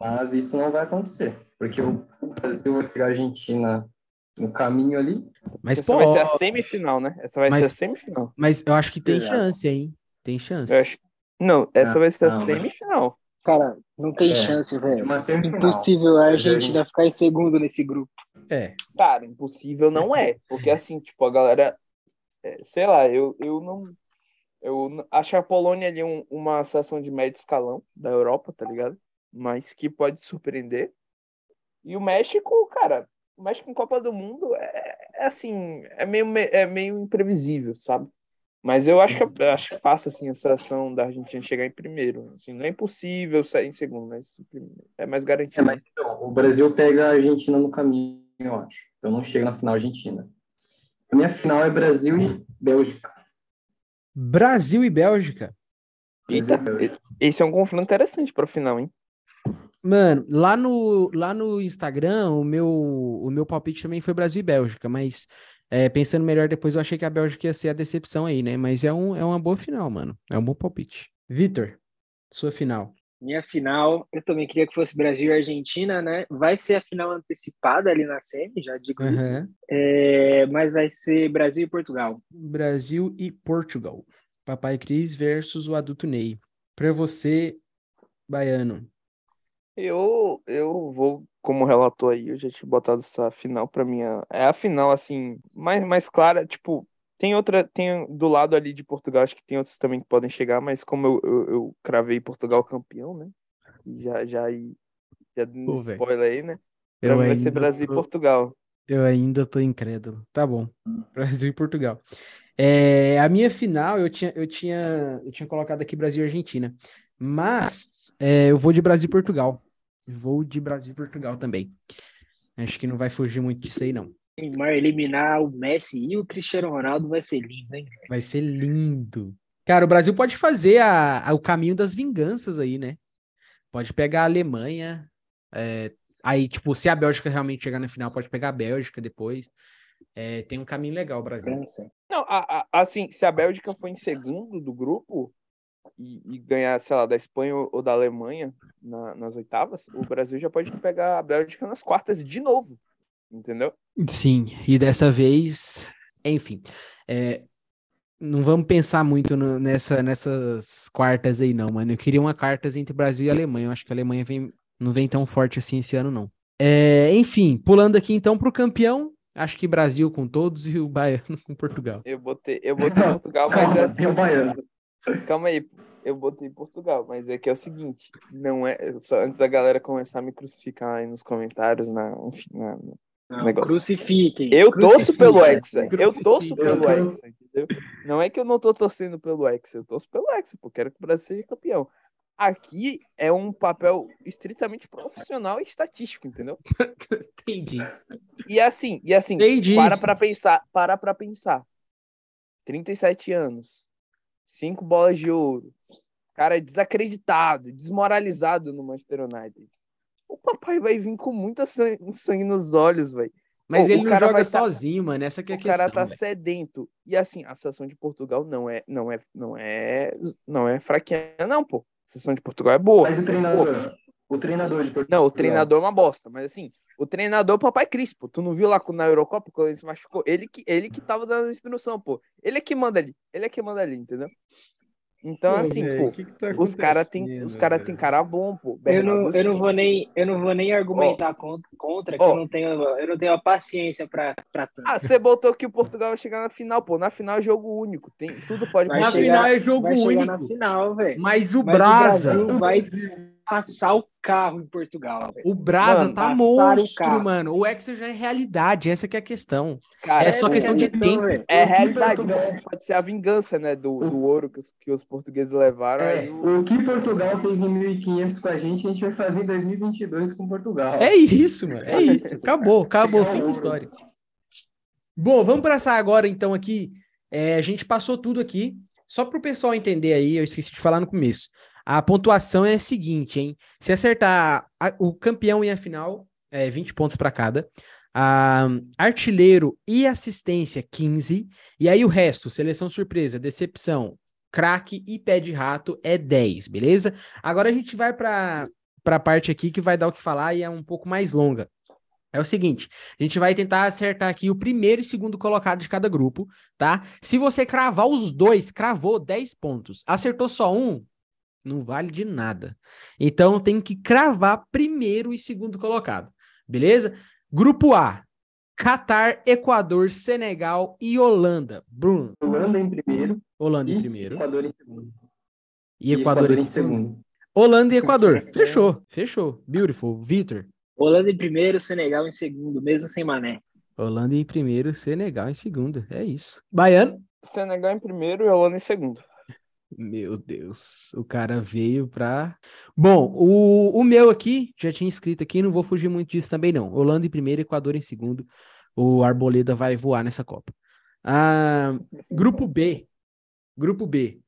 Speaker 2: mas isso não vai acontecer, porque o Brasil vai pegar a Argentina no caminho ali.
Speaker 5: Mas,
Speaker 3: Essa
Speaker 5: pô,
Speaker 3: vai ser a semifinal, né? Essa vai
Speaker 5: Mas-
Speaker 3: ser a semifinal.
Speaker 5: mas eu acho que tem
Speaker 2: É.
Speaker 5: chance, hein? Tem chance.
Speaker 3: Eu acho... Não,
Speaker 5: Ah,
Speaker 3: essa vai ser a
Speaker 2: não, mas-
Speaker 3: semifinal.
Speaker 4: Cara, não tem
Speaker 2: É.
Speaker 4: chance, velho.
Speaker 2: Uma semifinal.
Speaker 4: Impossível
Speaker 2: Mas
Speaker 4: a
Speaker 2: aí-
Speaker 4: Argentina ficar em segundo nesse grupo.
Speaker 5: É.
Speaker 3: Cara, impossível não é. Porque assim, tipo, a galera. é, sei lá, eu, eu não. Eu n- acho a Polônia ali um- uma seleção de médio escalão da Europa, tá ligado? Mas que pode surpreender. E o México, cara, o México em Copa do Mundo é, é assim, é meio, me- é meio imprevisível, sabe? Mas eu acho que eu acho fácil assim, a seleção da Argentina chegar em primeiro. Assim, não é impossível sair em segundo, mas em primeiro é mais
Speaker 2: É,
Speaker 3: garantido.
Speaker 2: mas então, o Brasil pega a Argentina no caminho, eu acho. Então não chega na final Argentina. A minha final é Brasil e Bélgica.
Speaker 5: Brasil e Bélgica.
Speaker 3: Eita, esse é um confronto interessante para final, hein?
Speaker 5: Mano, lá no, lá no Instagram, o meu, o meu palpite também foi Brasil e Bélgica, mas é, pensando melhor depois, eu achei que a Bélgica ia ser a decepção aí, né? Mas é, um, é uma boa final, mano. É um bom palpite. Vitor, sua final.
Speaker 4: Minha final, eu também queria que fosse Brasil e Argentina, né? Vai ser a final antecipada ali na semi, já digo isso.
Speaker 5: Uhum.
Speaker 4: É, mas vai ser Brasil e Portugal.
Speaker 5: Brasil e Portugal. Papai Cris versus o adulto Ney. Pra você, baiano.
Speaker 3: Eu, eu vou, como relator aí, eu já tinha botado essa final pra minha. É a final, assim, mais, mais clara. Tipo, tem outra. Tem do lado ali de Portugal, acho que tem outros também que podem chegar, mas como eu, eu, eu cravei Portugal campeão, né? E já, já aí. Já dando
Speaker 5: Pô, velho.
Speaker 3: spoiler aí, né? Pra mim vai ser Brasil e Portugal.
Speaker 5: Eu ainda tô incrédulo. Tá bom. Brasil e Portugal. É, a minha final, eu tinha, eu tinha, eu tinha colocado aqui Brasil e Argentina. Mas é, eu vou de Brasil e Portugal. Vou de Brasil e Portugal também. Acho que não vai fugir muito disso aí, não.
Speaker 4: Neymar eliminar o Messi e o Cristiano Ronaldo vai ser lindo, hein?
Speaker 5: Vai ser lindo. Cara, o Brasil pode fazer a- a- o caminho das vinganças aí, né? Pode pegar a Alemanha. é, aí, tipo, se a Bélgica realmente chegar na final, pode pegar a Bélgica depois. É, tem um caminho legal, o Brasil.
Speaker 4: França.
Speaker 3: Não, a- a- assim, se a Bélgica for em segundo do grupo e, e ganhar, sei lá, da Espanha ou ou da Alemanha na- nas oitavas, o Brasil já pode pegar a Bélgica nas quartas de novo. Entendeu?
Speaker 5: Sim, e dessa vez, enfim, é, não vamos pensar muito no- nessa, nessas quartas aí, não, mano. Eu queria uma quartas entre Brasil e Alemanha. Eu acho que a Alemanha vem, não vem tão forte assim esse ano, não. É, enfim, pulando aqui então pro campeão, acho que Brasil com todos e o Baiano com Portugal.
Speaker 3: Eu botei, eu botei Portugal, mas é
Speaker 2: Calma,
Speaker 3: assim,
Speaker 2: tem o Baiano.
Speaker 3: calma aí. Eu botei Portugal, mas é que é o seguinte, não é só antes da galera começar a me crucificar aí nos comentários, na, enfim, na- na-
Speaker 4: Não,
Speaker 3: Negócio.
Speaker 4: Crucifiquem.
Speaker 3: Eu torço
Speaker 4: crucifiquem.
Speaker 3: pelo Hexa. Eu
Speaker 5: Crucifica.
Speaker 3: torço pelo
Speaker 2: Eu-
Speaker 3: Hexa, entendeu? Não é que eu não tô torcendo pelo Hexa, eu torço pelo Hexa, porque quero que o Brasil seja campeão. Aqui é um papel estritamente profissional e estatístico, entendeu?
Speaker 5: Entendi.
Speaker 3: E assim, e assim,
Speaker 5: Entendi.
Speaker 3: para pra pensar, para pra pensar. 37 anos, 5 bolas de ouro, cara desacreditado, desmoralizado no Manchester United. O papai vai vir com muita san- sangue nos olhos, velho.
Speaker 5: Mas
Speaker 3: Pô,
Speaker 5: ele
Speaker 3: o
Speaker 5: não
Speaker 3: cara
Speaker 5: joga
Speaker 3: vai tá-
Speaker 5: sozinho, mano. Essa que é a
Speaker 3: o cara
Speaker 5: questão.
Speaker 3: tá
Speaker 5: velho.
Speaker 3: sedento. E assim, a seleção de Portugal não é, não é, não é, não é fraquinha, não, pô. A seleção de Portugal é boa.
Speaker 2: Mas o treinador, o treinador de Portugal.
Speaker 3: Não, o treinador é uma bosta, mas assim, o treinador é o papai Cris, pô. Tu não viu lá com- na Eurocopa quando ele se machucou? Ele que, ele que tava dando a instrução, pô. Ele é que manda ali. Ele é que manda ali, entendeu? Então,
Speaker 6: Pô,
Speaker 3: assim,
Speaker 6: velho,
Speaker 3: pô,
Speaker 6: o que que tá
Speaker 3: os caras tem,
Speaker 6: acontecendo,
Speaker 3: os cara tem
Speaker 6: velho?
Speaker 3: cara bom, pô.
Speaker 4: Eu
Speaker 3: Bernardo
Speaker 4: não, eu não
Speaker 3: Silva.
Speaker 4: vou nem, eu não vou nem argumentar con- contra, que
Speaker 3: Ó.
Speaker 4: eu não tenho, eu não tenho a paciência pra, pra tanto.
Speaker 3: Ah, você botou que o Portugal vai chegar na final, pô. Na final é jogo único. Tem, tudo pode
Speaker 4: Vai
Speaker 5: na
Speaker 4: chegar-
Speaker 5: final é jogo
Speaker 4: Vai chegar na
Speaker 5: único.
Speaker 4: final, velho.
Speaker 5: Mas o
Speaker 4: Mas
Speaker 5: Brasa.
Speaker 4: O Brasil vai passar o carro em Portugal, velho.
Speaker 5: O Brasa
Speaker 3: Mano,
Speaker 5: tá
Speaker 4: passaram o
Speaker 5: monstro,
Speaker 4: carro.
Speaker 5: mano. O Hexa já é realidade, essa que é a questão.
Speaker 3: Cara,
Speaker 5: É só
Speaker 3: o-
Speaker 5: questão de tempo.
Speaker 4: velho.
Speaker 3: É realidade, né? pode ser a vingança, né? Do,
Speaker 5: Hum.
Speaker 3: do ouro que os, que os portugueses levaram.
Speaker 2: É,
Speaker 3: Aí,
Speaker 2: o que Portugal fez em 1500 com a gente, a gente vai fazer em 2022 com Portugal.
Speaker 5: É isso, mano. É isso. Acabou, acabou. Fim de história. Bom, vamos passar agora, então, aqui. É, a gente passou tudo aqui. Só para o pessoal entender aí, eu esqueci de falar no começo. A pontuação é a seguinte, hein? Se acertar a- o campeão e a final, é 20 pontos para cada. Ah, artilheiro e assistência, 15. E aí o resto, seleção surpresa, decepção, craque e pé de rato é 10, beleza? Agora a gente vai para para a parte aqui que vai dar o que falar e é um pouco mais longa. É o seguinte, a gente vai tentar acertar aqui o primeiro e segundo colocado de cada grupo, tá? Se você cravar os dois, cravou 10 pontos. Acertou só um, não vale de nada. Então tem que cravar primeiro e segundo colocado, beleza? Grupo A: Catar, Equador, Senegal e Holanda. Bruno,
Speaker 2: Holanda em primeiro,
Speaker 5: Holanda em
Speaker 2: Ih,
Speaker 5: primeiro
Speaker 2: Equador em segundo.
Speaker 5: e Equador em segundo. Holanda e Equador. Fechou, fechou. Beautiful. Vitor.
Speaker 4: Holanda em primeiro, Senegal em segundo, mesmo sem Mané.
Speaker 5: Holanda em primeiro, Senegal em segundo. É isso. Baiano?
Speaker 3: Senegal em primeiro e Holanda em segundo.
Speaker 5: Meu Deus, o cara veio pra. Bom, o, o meu aqui, já tinha escrito aqui, não vou fugir muito disso também, não. Holanda em primeiro, Equador em segundo. O Arboleda vai voar nessa Copa. Ah, grupo B. Grupo B.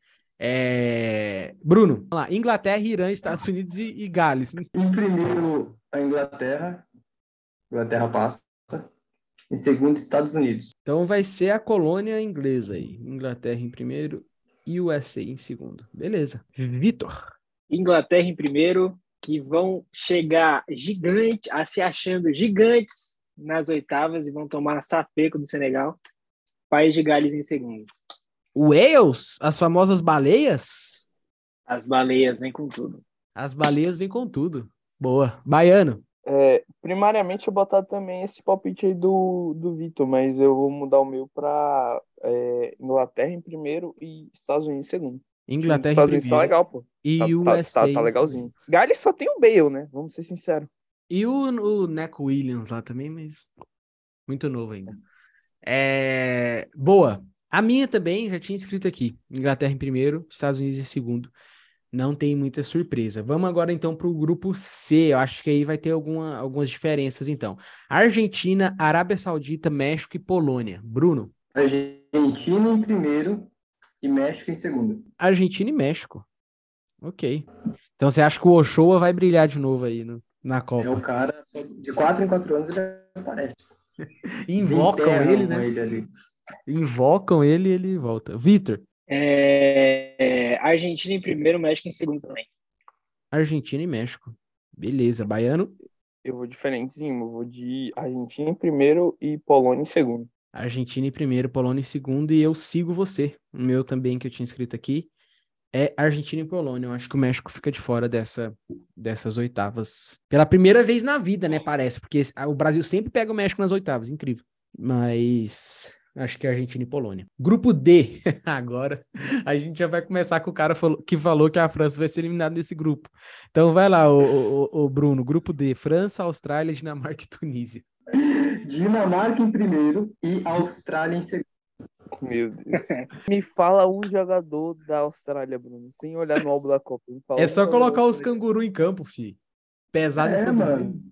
Speaker 5: É... Bruno, vamos lá. Inglaterra, Irã, Estados Unidos e, e Gales.
Speaker 2: Em primeiro, a Inglaterra. Inglaterra passa. Em segundo, Estados Unidos.
Speaker 5: Então vai ser a colônia inglesa aí. Inglaterra em primeiro e USA em segundo. Beleza. Vitor.
Speaker 4: Inglaterra em primeiro, que vão chegar gigante, a se achando gigantes nas oitavas e vão tomar sapeco do Senegal. País de Gales em segundo.
Speaker 5: Whales, as famosas baleias?
Speaker 4: As baleias vem com tudo.
Speaker 5: As baleias vêm com tudo. Boa. Baiano.
Speaker 3: É, primariamente, eu botar também esse palpite aí do, do Vitor, mas eu vou mudar o meu pra é, Inglaterra em primeiro e Estados Unidos em segundo.
Speaker 5: Inglaterra
Speaker 3: Estados
Speaker 5: em
Speaker 3: Unidos tá
Speaker 5: primeiro.
Speaker 3: legal, pô.
Speaker 5: E
Speaker 3: Tá,
Speaker 5: o né? USA.
Speaker 3: tá- tá-
Speaker 5: em
Speaker 3: tá
Speaker 5: segundo.
Speaker 3: legalzinho. Gales só tem o Bale, né? Vamos ser sinceros.
Speaker 5: E o, o Neco Williams lá também, mas muito novo ainda. É, Boa. A minha também já tinha escrito aqui. Inglaterra em primeiro, Estados Unidos em segundo. Não tem muita surpresa. Vamos agora então para o grupo C. Eu acho que aí vai ter alguma, algumas diferenças então. Argentina, Arábia Saudita, México e Polônia. Bruno.
Speaker 2: Argentina em primeiro e México em segundo.
Speaker 5: Argentina e México. Ok. Então você acha que o Ochoa vai brilhar de novo aí no- na
Speaker 2: É
Speaker 5: Copa?
Speaker 2: o cara, só de quatro em quatro anos ele aparece.
Speaker 5: Invocam
Speaker 2: Desenterram
Speaker 5: ele, né?
Speaker 2: ali.
Speaker 5: Invocam ele e ele volta. Vitor,
Speaker 4: É, é, Argentina em primeiro, México em segundo também.
Speaker 5: Argentina e México. Beleza, baiano.
Speaker 3: Eu vou diferentezinho, eu vou de Argentina em primeiro e Polônia em segundo.
Speaker 5: Argentina em primeiro, Polônia em segundo, e eu sigo você. O meu também que eu tinha escrito aqui é Argentina e Polônia. Eu acho que o México fica de fora dessa, dessas oitavas. Pela primeira vez na vida, né? Parece, porque esse- ah, o Brasil sempre pega o México nas oitavas, incrível. Mas acho que é Argentina e Polônia. Grupo D. Agora a gente já vai começar com o cara falou- que falou que a França vai ser eliminada nesse grupo. Então vai lá, o, Bruno. Grupo D: França, Austrália, Dinamarca e Tunísia.
Speaker 2: Dinamarca em primeiro e Austrália em segundo.
Speaker 3: Meu Deus. Me fala um jogador da Austrália, Bruno, sem olhar no álbum da Copa. Me fala
Speaker 5: É
Speaker 3: um
Speaker 5: só
Speaker 3: jogador.
Speaker 5: colocar os canguru em campo, fi. Pesado.
Speaker 2: É,
Speaker 5: tudo.
Speaker 2: mano.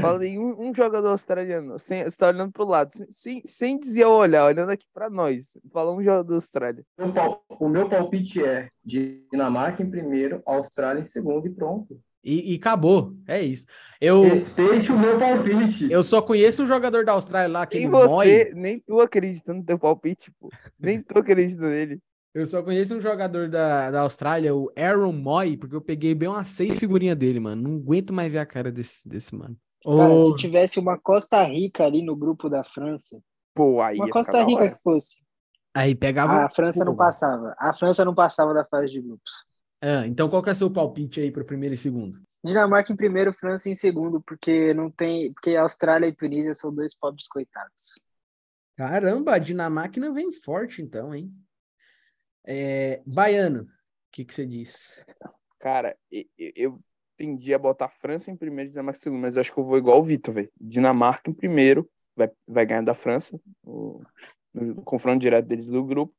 Speaker 3: Falei um, um jogador australiano. Sem, você tá olhando pro lado, sem- sem, sem dizer o olhar, olhando aqui pra nós. Fala um jogador da Austrália.
Speaker 2: Meu pal- O meu palpite é Dinamarca em primeiro, Austrália em segundo e pronto.
Speaker 5: E, e acabou. É isso. Eu,
Speaker 2: Respeite o meu palpite.
Speaker 5: eu só conheço um jogador da Austrália lá, aquele
Speaker 3: Nem
Speaker 5: Moy.
Speaker 3: você, nem tu acredita no teu palpite, pô. Nem tu acredita nele.
Speaker 5: Eu só conheço um jogador da, da Austrália, o Aaron Moy, porque eu peguei bem umas seis figurinhas dele, mano. Não aguento mais ver a cara desse, desse mano.
Speaker 4: Cara,
Speaker 5: Ô,
Speaker 4: se tivesse uma Costa Rica ali no grupo da França,
Speaker 3: Pô, aí.
Speaker 4: uma
Speaker 3: ia ficar
Speaker 4: Costa
Speaker 3: da
Speaker 4: Rica
Speaker 3: hora.
Speaker 4: que fosse,
Speaker 5: Aí pegava. um-
Speaker 4: A França não passava. A França não passava da fase de grupos.
Speaker 5: Ah, então qual que é o seu palpite aí pro primeiro e segundo?
Speaker 4: Dinamarca em primeiro, França em segundo, porque não tem, porque Austrália e Tunísia são dois pobres coitados.
Speaker 5: Caramba, a Dinamarca vem forte então, hein? É, Baiano, o que que você diz?
Speaker 3: Cara, e- e- eu tendi a botar a França em primeiro e Dinamarca em segundo, mas eu acho que eu vou igual o Vitor, velho. Dinamarca em primeiro, vai, vai ganhar da França, o, no confronto direto deles do grupo,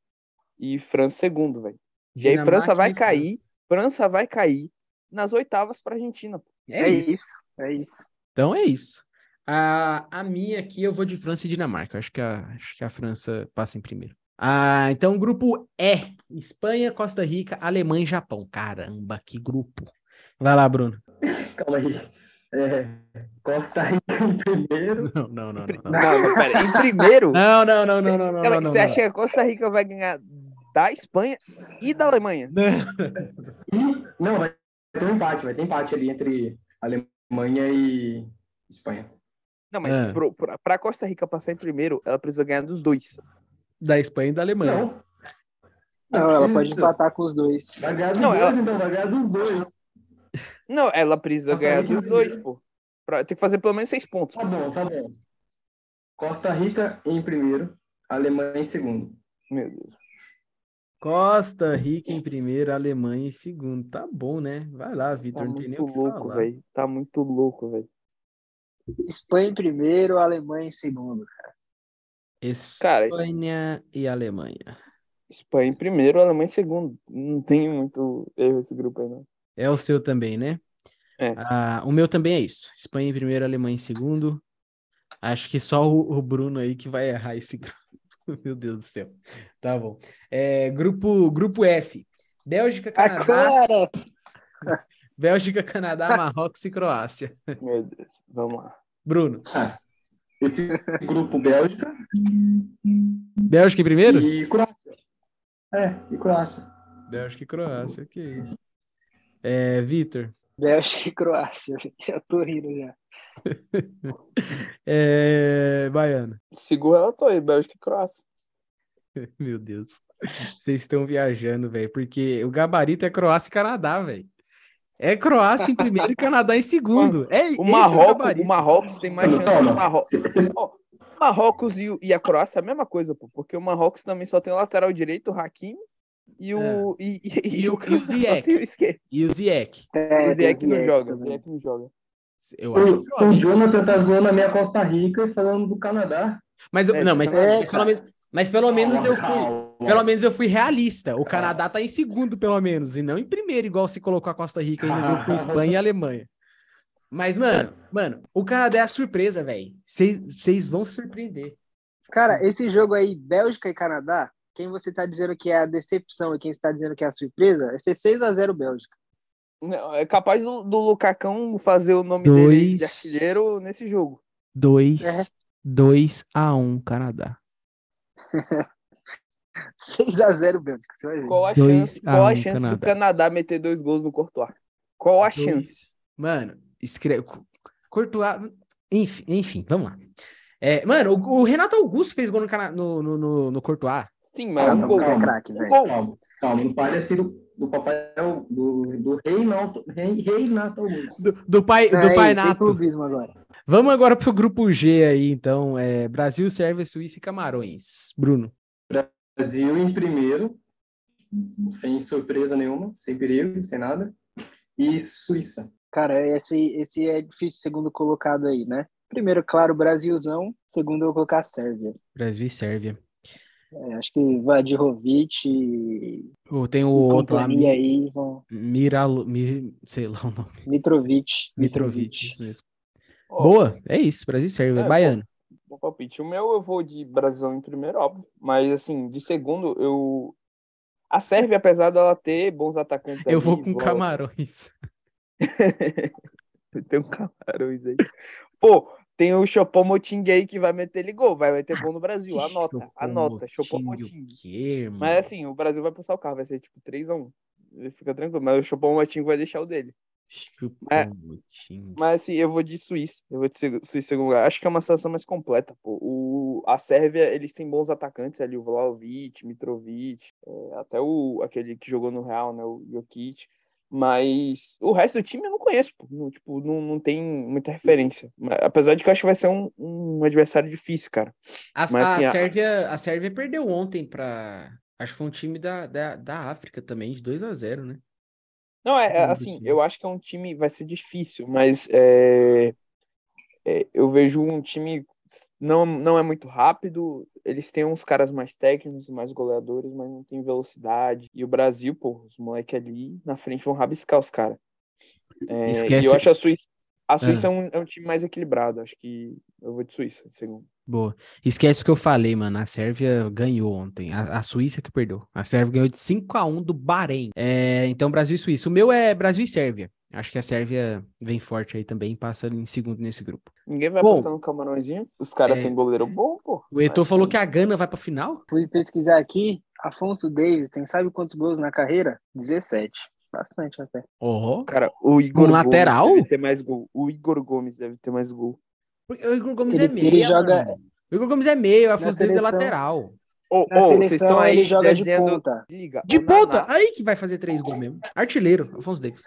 Speaker 3: e França em segundo, velho. E aí França
Speaker 5: Dinamarca
Speaker 3: vai
Speaker 5: e França.
Speaker 3: cair, França vai cair nas oitavas pra Argentina. pô.
Speaker 5: É
Speaker 4: É
Speaker 5: isso.
Speaker 4: isso, é isso.
Speaker 5: Então é isso. A, a minha aqui eu vou de França e Dinamarca. Acho que a, acho que a França passa em primeiro. Ah, então grupo E: Espanha, Costa Rica, Alemanha e Japão. Caramba, que grupo. Vai lá, Bruno.
Speaker 2: Calma aí. É, Costa Rica em primeiro.
Speaker 5: Não, não, não, não. Não,
Speaker 3: Não, não, pera, em primeiro...
Speaker 5: não, não, não, não, não, não,
Speaker 3: Cara,
Speaker 5: não, não,
Speaker 3: você
Speaker 5: não.
Speaker 3: acha que a Costa Rica vai ganhar da Espanha e da Alemanha?
Speaker 2: E, não, vai ter um empate, vai ter empate ali entre Alemanha e Espanha.
Speaker 3: Não, mas
Speaker 5: É.
Speaker 3: pro, pra, pra Costa Rica passar em primeiro, ela precisa ganhar dos dois.
Speaker 5: Da Espanha e da Alemanha.
Speaker 2: Não.
Speaker 3: É
Speaker 4: Não, ela
Speaker 2: precisa.
Speaker 4: pode empatar com os dois.
Speaker 2: Vai ganhar dos
Speaker 3: Não,
Speaker 2: dois,
Speaker 3: ela-
Speaker 2: então, vai ganhar dos dois.
Speaker 3: Não, ela precisa
Speaker 2: Costa
Speaker 3: ganhar
Speaker 2: Rica
Speaker 3: dos
Speaker 2: vai
Speaker 3: dois,
Speaker 2: ganhar.
Speaker 3: pô. Pra, tem que fazer pelo menos seis pontos.
Speaker 2: Tá bom, tá bom. Costa Rica em primeiro, Alemanha em segundo.
Speaker 3: Meu Deus.
Speaker 5: Costa Rica em primeiro, Alemanha em segundo. Tá bom, né? Vai lá,
Speaker 3: Tá
Speaker 5: Vitor. Não tem nem
Speaker 3: muito
Speaker 5: o que
Speaker 3: louco,
Speaker 5: falar.
Speaker 3: velho. Tá muito louco, velho.
Speaker 4: Espanha em primeiro, Alemanha em segundo.
Speaker 3: Cara,
Speaker 5: Espanha e Alemanha.
Speaker 3: Espanha em primeiro, Alemanha em segundo. Não tem muito erro esse grupo aí, não.
Speaker 5: É o seu também, né?
Speaker 3: É.
Speaker 5: Ah, o meu também é isso. Espanha em primeiro, Alemanha em segundo. Acho que só o, o Bruno aí que vai errar esse grupo. Meu Deus do céu. Tá bom. É, grupo, grupo F. Bélgica,
Speaker 4: Tá
Speaker 5: Canadá,
Speaker 4: Agora!
Speaker 5: Bélgica, Canadá, Marrocos e Croácia.
Speaker 3: Meu Deus. Vamos lá.
Speaker 5: Bruno,
Speaker 2: Esse grupo Bélgica
Speaker 5: Bélgica em primeiro?
Speaker 2: e Croácia. É, e Croácia.
Speaker 5: Bélgica e Croácia, ok. É, Vitor.
Speaker 4: Bélgica e Croácia. Já tô rindo já.
Speaker 5: É, Baiano.
Speaker 3: Siga o relator aí, Bélgica e Croácia.
Speaker 5: Meu Deus. Vocês estão viajando, velho, porque o gabarito é Croácia e Canadá, velho. É Croácia em primeiro e Canadá em segundo. É, esse é
Speaker 3: O
Speaker 5: o
Speaker 3: Marrocos, o
Speaker 5: gabarito.
Speaker 3: Marrocos tem mais
Speaker 2: Toma,
Speaker 3: chance que o
Speaker 2: toma.
Speaker 3: Marrocos.
Speaker 2: Cê- cê-
Speaker 3: Marrocos e, o- e a Croácia é a mesma coisa, pô, porque o Marrocos também só tem o lateral direito, o Hakimi, e o. E, e,
Speaker 5: É. E o- e o
Speaker 3: só
Speaker 5: Ziyech.
Speaker 3: tem o esquerdo.
Speaker 5: E o Ziek.
Speaker 4: É,
Speaker 3: o Ziyech
Speaker 4: tem
Speaker 3: não
Speaker 4: Ziyech
Speaker 3: joga. O
Speaker 4: também.
Speaker 3: Ziyech não joga.
Speaker 5: Eu acho que
Speaker 2: O, o
Speaker 5: joga.
Speaker 2: Jonathan tá zoando a minha Costa Rica e falando do Canadá.
Speaker 5: Mas, eu-
Speaker 3: É,
Speaker 5: não, mas,
Speaker 4: é,
Speaker 5: mas pelo menos, mas pelo menos eu fui. Pelo menos eu fui realista. O Canadá tá em segundo, pelo menos, e não em primeiro, igual se colocou a Costa Rica aí no grupo com Espanha e Alemanha. Mas, mano, mano, o Canadá é a surpresa, velho. Vocês vão se surpreender.
Speaker 4: Cara, esse jogo aí, Bélgica e Canadá, quem você tá dizendo que é a decepção e quem está dizendo que é a surpresa, é ser 6x0 Bélgica.
Speaker 3: Não, é capaz do, do Lucacão fazer o nome dele
Speaker 5: Dois.
Speaker 3: de artilheiro nesse jogo.
Speaker 5: 2 2 a 1 Canadá.
Speaker 4: 6x0 Bélgica, você vai ver.
Speaker 3: Qual a
Speaker 5: Dois
Speaker 3: chance,
Speaker 5: a
Speaker 3: qual a
Speaker 5: um,
Speaker 3: chance do
Speaker 5: Canadá.
Speaker 3: Canadá meter dois gols no Courtois? Qual a chance?
Speaker 5: Dois. Mano, escreve. Courtois. Enfim, enfim, vamos lá. É, mano, o, o Renato Augusto fez gol no, Cana- no, no, no, no Courtois.
Speaker 3: Sim,
Speaker 2: Ah,
Speaker 3: mas é um
Speaker 2: não,
Speaker 3: gol.
Speaker 4: Você é
Speaker 2: calma.
Speaker 4: craque, velho.
Speaker 3: Gol.
Speaker 2: Calma, calma. Não pare assim do, do papel do, do Reinaldo, Rei, Reinato Augusto.
Speaker 5: Do, do pai,
Speaker 4: Não,
Speaker 5: do
Speaker 4: é
Speaker 5: pai
Speaker 4: isso, sem
Speaker 5: Nato.
Speaker 4: clubismo agora.
Speaker 5: Vamos agora pro grupo G aí, então. É, Brasil, Sérvia, Suíça e Camarões. Bruno.
Speaker 2: Brasil em primeiro, sem surpresa nenhuma, sem perigo, sem nada. E Suíça.
Speaker 4: Cara, esse, esse é difícil, segundo colocado aí, né? Primeiro, claro, Brasilzão. Segundo, eu vou colocar a Sérvia.
Speaker 5: Brasil e Sérvia.
Speaker 4: É, acho que Vadirovic e
Speaker 5: Ou tem o outro lá, Mi-
Speaker 4: companhia aí vão.
Speaker 5: Miralo, Mi- sei lá o nome.
Speaker 4: Mitrovic.
Speaker 5: Mitrovic. isso mesmo.
Speaker 3: Ó,
Speaker 5: Boa, é isso. Brasil e Sérvia.
Speaker 3: É,
Speaker 5: Baiano.
Speaker 3: Bom palpite. O meu eu vou de Brasil em primeiro, óbvio. Mas, assim, de segundo, eu. A Sérvia, apesar dela ter bons atacantes.
Speaker 5: Eu
Speaker 3: ali,
Speaker 5: vou com
Speaker 3: bola-
Speaker 5: Camarões.
Speaker 3: Tem um Camarões aí. Pô, tem o Chopomoting aí que vai meter ele gol. Vai meter gol no Brasil. Anota, anota.
Speaker 5: Hum.
Speaker 3: Chopomoting. um. é Mas, assim, o Brasil vai passar o carro. Vai ser tipo 3x1. Fica tranquilo. Mas o Chopomoting vai deixar o dele. É. Mas assim, eu vou de Suíça. Eu vou de seg- Suíça em segundo lugar. Acho que é uma seleção mais completa, pô. O, a Sérvia, eles têm bons atacantes ali, o Vlaovic, Mitrovic, é, até o aquele que jogou no Real, né, o Jokic. Mas o resto do time eu não conheço, pô. Não, tipo, não, não tem muita referência. Mas, apesar de que eu acho que vai ser um, um adversário difícil, cara.
Speaker 5: A,
Speaker 3: Mas,
Speaker 5: a
Speaker 3: assim, a-
Speaker 5: Sérvia, a Sérvia perdeu ontem para. Acho que foi um time da, da, da África também, de 2 a 0 né?
Speaker 3: Não, é, é,
Speaker 5: Lembro
Speaker 3: assim,
Speaker 5: disso.
Speaker 3: eu acho que é um time, vai ser difícil, mas é, é, eu vejo um time, não, não é muito rápido, eles têm uns caras mais técnicos, mais goleadores, mas não tem velocidade. E o Brasil, pô, os moleques ali na frente vão rabiscar os caras. É, e
Speaker 5: Esquece-
Speaker 3: eu acho a Suíça, a Suíça
Speaker 5: Ah.
Speaker 3: é, um, é um time mais equilibrado, acho que eu vou de Suíça, em segundo.
Speaker 5: Boa. Esquece o que eu falei, mano. A Sérvia ganhou ontem. A, a Suíça que perdeu. A Sérvia ganhou de 5 a 1 do Bahrein. É, então, Brasil e Suíça. O meu é Brasil e Sérvia. Acho que a Sérvia vem forte aí também, passa em segundo nesse grupo.
Speaker 3: Ninguém vai
Speaker 5: Bom,
Speaker 3: apostar no Camarõezinho, os caras
Speaker 5: é.
Speaker 3: têm goleiro bom, pô.
Speaker 5: O Eto'o
Speaker 3: Mas é
Speaker 5: falou que
Speaker 3: tem-
Speaker 5: a Gana vai pra final?
Speaker 4: Fui pesquisar aqui, Afonso Davis tem sabe quantos gols na carreira? 17. Bastante até.
Speaker 5: Oh.
Speaker 3: Cara, o Igor Gomes
Speaker 5: lateral?
Speaker 3: deve ter mais gol. O Igor Gomes deve ter mais gol.
Speaker 5: O Igor Gomes
Speaker 4: Ele-
Speaker 5: é meia,
Speaker 4: ele joga-
Speaker 5: mano. O Igor Gomes é meio, a
Speaker 4: Na
Speaker 5: Fuzil é
Speaker 4: seleção-
Speaker 5: lateral.
Speaker 3: Ô,
Speaker 4: Na
Speaker 3: ô, vocês estão
Speaker 4: seleção
Speaker 3: aí
Speaker 4: ele joga de
Speaker 3: desenhando-
Speaker 4: ponta.
Speaker 3: Liga,
Speaker 5: De
Speaker 3: o Naná.
Speaker 5: ponta, aí que vai fazer três gols mesmo. Artilheiro, Afonso Davis.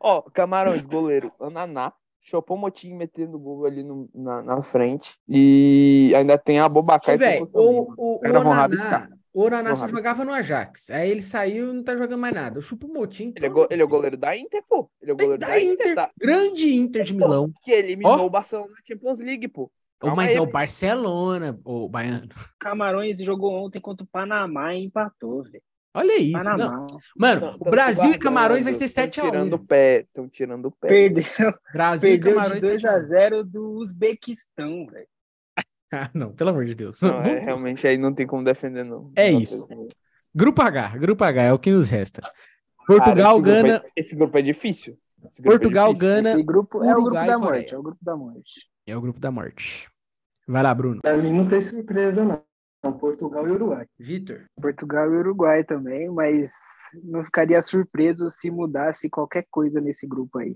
Speaker 3: Ó, Camarões, goleiro, Ananá. Chopou Motinho metendo gol ali no- na, na frente. E ainda tem a Bobacar.
Speaker 5: Ô, velho, o, o, o
Speaker 3: caras vão
Speaker 5: Onaná,
Speaker 3: rabiscar.
Speaker 5: o Onaná
Speaker 3: Vão
Speaker 5: só
Speaker 3: rabiscar.
Speaker 5: jogava no Ajax. Aí ele saiu e não tá jogando mais nada. Eu chupo o Motim.
Speaker 3: Ele é, go- ele é o goleiro da Inter, pô. Ele é o goleiro da,
Speaker 5: Da
Speaker 3: Inter,
Speaker 5: Inter.
Speaker 3: tá?
Speaker 5: Grande Inter de Milão.
Speaker 3: que eliminou
Speaker 5: Ó.
Speaker 3: o Barcelona na Champions League, pô.
Speaker 5: Ô,
Speaker 3: Calma
Speaker 5: mas
Speaker 3: aí,
Speaker 5: é o
Speaker 3: pô.
Speaker 5: Barcelona, ô Baiano.
Speaker 4: Camarões jogou ontem contra o Panamá e empatou, velho.
Speaker 5: Olha isso. não.
Speaker 4: Panamá.
Speaker 5: Mano, o Brasil e
Speaker 3: guardando,
Speaker 5: Camarões vai ser
Speaker 3: tão
Speaker 5: 7x1.
Speaker 3: Tirando o pé, estão tirando o pé.
Speaker 4: Perdeu,
Speaker 5: né? Brasil e
Speaker 4: perdeu de
Speaker 5: Camarões
Speaker 4: 2 a 0 do Uzbequistão, velho.
Speaker 5: Ah, não, pelo amor de Deus.
Speaker 3: Não, é,
Speaker 5: Vamos-
Speaker 3: realmente aí não tem como defender, não.
Speaker 5: É
Speaker 3: Não
Speaker 5: isso.
Speaker 3: tem como.
Speaker 5: Grupo H, Grupo H é o que nos resta.
Speaker 3: Cara,
Speaker 5: Portugal,
Speaker 3: esse grupo é-
Speaker 5: Gana,
Speaker 3: esse grupo é difícil. Esse grupo é
Speaker 5: Portugal,
Speaker 3: difícil.
Speaker 5: Gana
Speaker 4: Esse grupo é o
Speaker 5: Uruguai
Speaker 4: grupo
Speaker 5: e Coreia.
Speaker 4: da morte, é o grupo da morte.
Speaker 5: é o grupo da morte. Vai lá, Bruno.
Speaker 2: Pra mim não tem surpresa, não. Não, Portugal e Uruguai.
Speaker 5: Vitor.
Speaker 4: Portugal e Uruguai também, mas não ficaria surpreso se mudasse qualquer coisa nesse grupo aí.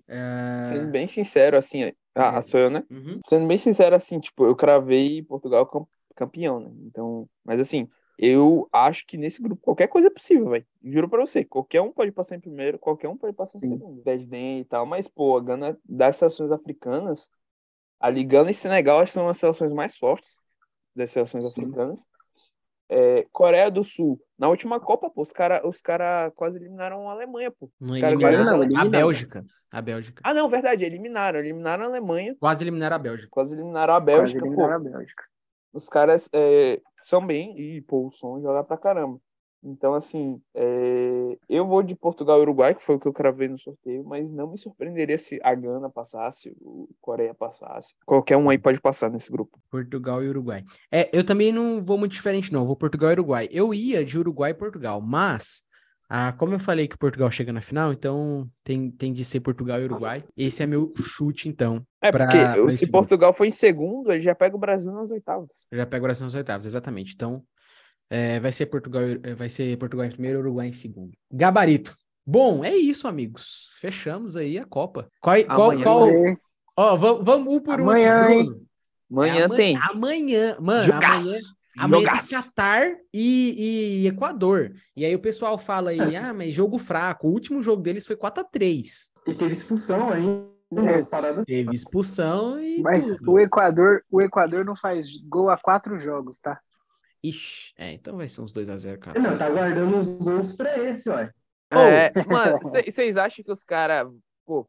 Speaker 3: Sendo bem sincero, assim, ah,
Speaker 5: É.
Speaker 3: sou eu, né? Sendo bem sincero, assim, tipo, eu cravei Portugal cam- campeão, né? Então, mas assim, eu acho que nesse grupo qualquer coisa é possível, velho. Juro pra você, qualquer um pode passar em primeiro, qualquer um pode passar em
Speaker 2: Sim.
Speaker 3: segundo. Desdém e tal, mas, pô, a Gana das seleções africanas, ali Gana e Senegal acho que são as seleções mais fortes das seleções
Speaker 4: Sim.
Speaker 3: africanas. É, Coreia do Sul, na última Copa, pô, os caras os cara quase eliminaram a Alemanha, pô.
Speaker 5: Não
Speaker 3: Cara,
Speaker 5: eliminaram
Speaker 4: não, né?
Speaker 5: a
Speaker 4: eliminaram.
Speaker 5: Bélgica. A Bélgica.
Speaker 3: Ah, não, verdade, eliminaram, eliminaram a Alemanha,
Speaker 5: Quase eliminaram a Bélgica.
Speaker 3: quase eliminaram a
Speaker 4: Quase
Speaker 3: Bélgica, pô.
Speaker 4: eliminaram a Bélgica.
Speaker 3: os caras é, são bem e pô, o som joga pra caramba. Então, assim, é, eu vou de Portugal e Uruguai, que foi o que eu cravei no sorteio, mas não me surpreenderia se a Gana passasse, o Coreia passasse. Qualquer um aí pode passar nesse grupo.
Speaker 5: Portugal e Uruguai. É, eu também não vou muito diferente, não. Eu Vou Portugal e Uruguai. Eu ia de Uruguai e Portugal, mas. Ah, como eu falei que o Portugal chega na final, então tem, tem de ser Portugal e Uruguai. Esse é meu chute, então.
Speaker 3: É,
Speaker 5: Pra-
Speaker 3: porque
Speaker 5: pra esse
Speaker 3: se
Speaker 5: grupo.
Speaker 3: Portugal for em segundo, ele já pega o Brasil nas oitavas.
Speaker 5: Eu já pego agora nas oitavas, exatamente. Então, é, vai ser Portugal, e- eh, vai ser Portugal em primeiro, Uruguai em segundo. Gabarito. Bom, é isso, amigos. Fechamos aí a Copa. Qual, qual,
Speaker 3: Amanhã.
Speaker 5: qual-
Speaker 4: Vê,
Speaker 5: Ó, vamos, vamos um por
Speaker 4: Amanhã,
Speaker 5: um. aqui,
Speaker 4: hein?
Speaker 5: Bruno.
Speaker 3: Amanhã
Speaker 5: Aman-
Speaker 3: tem.
Speaker 5: Amanhã, mano,
Speaker 3: Jogaço.
Speaker 5: amanhã, É, amanhã tem
Speaker 3: Jogaço.
Speaker 5: Catar e, e Equador. E aí o pessoal fala aí, ah, mas jogo fraco. O último jogo deles foi 4x3.
Speaker 2: E teve expulsão aí.
Speaker 4: É.
Speaker 2: Umas paradas.
Speaker 5: Teve expulsão e.
Speaker 4: Mas
Speaker 5: tudo.
Speaker 4: o Equador, o Equador não faz gol a quatro jogos, tá?
Speaker 5: Ixi, é, então vai ser uns 2x0, cara.
Speaker 2: Não, tá guardando os gols pra esse, ó.
Speaker 3: É, mano, vocês acham que os caras, pô,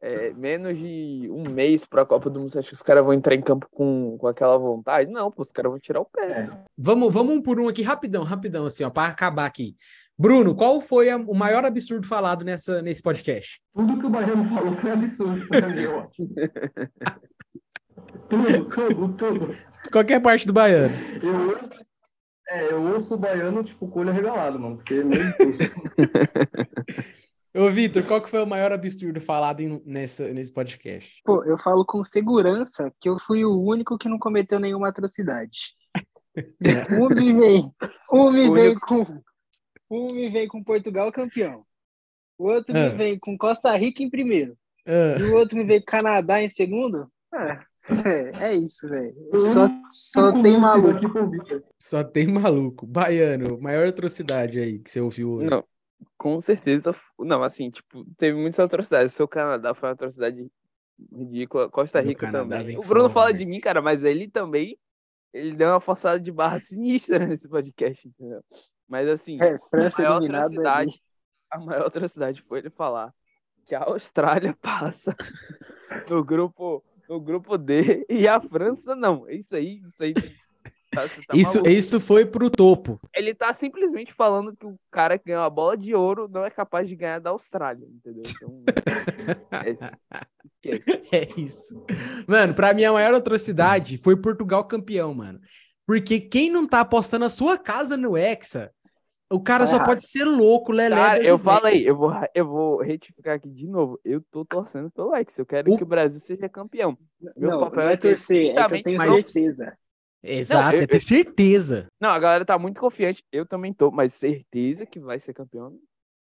Speaker 3: é, menos de um mês pra Copa do Mundo, vocês acham que os caras vão entrar em campo com, com aquela vontade? Não, pô, os caras vão tirar o pé.
Speaker 5: Vamos, vamos um por um aqui, rapidão, rapidão, assim, ó, para acabar aqui. Bruno, qual foi a- o maior absurdo falado nessa, nesse podcast?
Speaker 2: Tudo que o Baiano falou foi absurdo pra mim, ó. tudo, tudo, tudo.
Speaker 5: Qualquer parte do Baiano.
Speaker 2: Eu ouço, é, eu ouço o Baiano, tipo, com o olho regalado, mano. Porque, meu Deus.
Speaker 5: Ô, Vitor, qual que foi o maior absurdo falado em- nessa, nesse podcast?
Speaker 4: Pô, eu falo com segurança que eu fui o único que não cometeu nenhuma atrocidade. Um me vem, um me
Speaker 3: O
Speaker 4: vem com, um me vem com Portugal campeão. O outro
Speaker 5: Ah.
Speaker 4: me veio com Costa Rica em primeiro.
Speaker 5: Ah,
Speaker 4: E o outro me veio com Canadá em segundo. Ah, é, é isso, velho. Só, só tem maluco.
Speaker 2: Aqui com o Vitor.
Speaker 5: só tem maluco. Baiano, maior atrocidade aí que você ouviu hoje.
Speaker 3: Não, com certeza. f- Não, assim, tipo, teve muitas atrocidades. O seu Canadá foi uma atrocidade ridícula. Costa
Speaker 5: Meu
Speaker 3: Rica
Speaker 5: Canadá
Speaker 3: também.
Speaker 5: vem
Speaker 3: O Bruno
Speaker 5: foda,
Speaker 3: fala
Speaker 5: velho.
Speaker 3: de mim, cara, mas ele também. Ele deu uma forçada de barra sinistra nesse podcast, entendeu? Mas assim,
Speaker 4: É, França
Speaker 3: a maior
Speaker 4: eliminada.
Speaker 3: atrocidade. A maior atrocidade foi ele falar que a Austrália passa no grupo, no grupo D e a França não. Isso aí, isso aí. tá- você tá
Speaker 5: Isso,
Speaker 3: maluco
Speaker 5: isso foi pro topo.
Speaker 3: ele tá simplesmente falando que o cara que ganhou a bola de ouro não é capaz de ganhar da Austrália, entendeu? Então, esquece. Esquece.
Speaker 5: É isso. Mano, pra mim a maior atrocidade foi Portugal campeão, mano. Porque quem não tá apostando a sua casa no Hexa, o cara
Speaker 4: Tá
Speaker 5: só
Speaker 4: errado.
Speaker 5: pode ser louco, Lelé.
Speaker 3: Ah. Cara,
Speaker 5: das
Speaker 3: eu
Speaker 5: ideias.
Speaker 3: falei, eu vou, eu vou retificar aqui de novo. Eu tô torcendo pelo Lex. Eu quero
Speaker 5: O-
Speaker 3: que o Brasil seja campeão. Meu
Speaker 4: Não,
Speaker 3: papel
Speaker 4: não é
Speaker 3: é ter
Speaker 4: torcer, é que eu
Speaker 3: justamente
Speaker 4: tenho
Speaker 3: mais-
Speaker 4: certeza.
Speaker 5: Exato,
Speaker 3: Não, eu-
Speaker 5: eu tenho certeza.
Speaker 3: Não, a galera tá muito confiante. Eu também tô, mas certeza que vai ser campeão.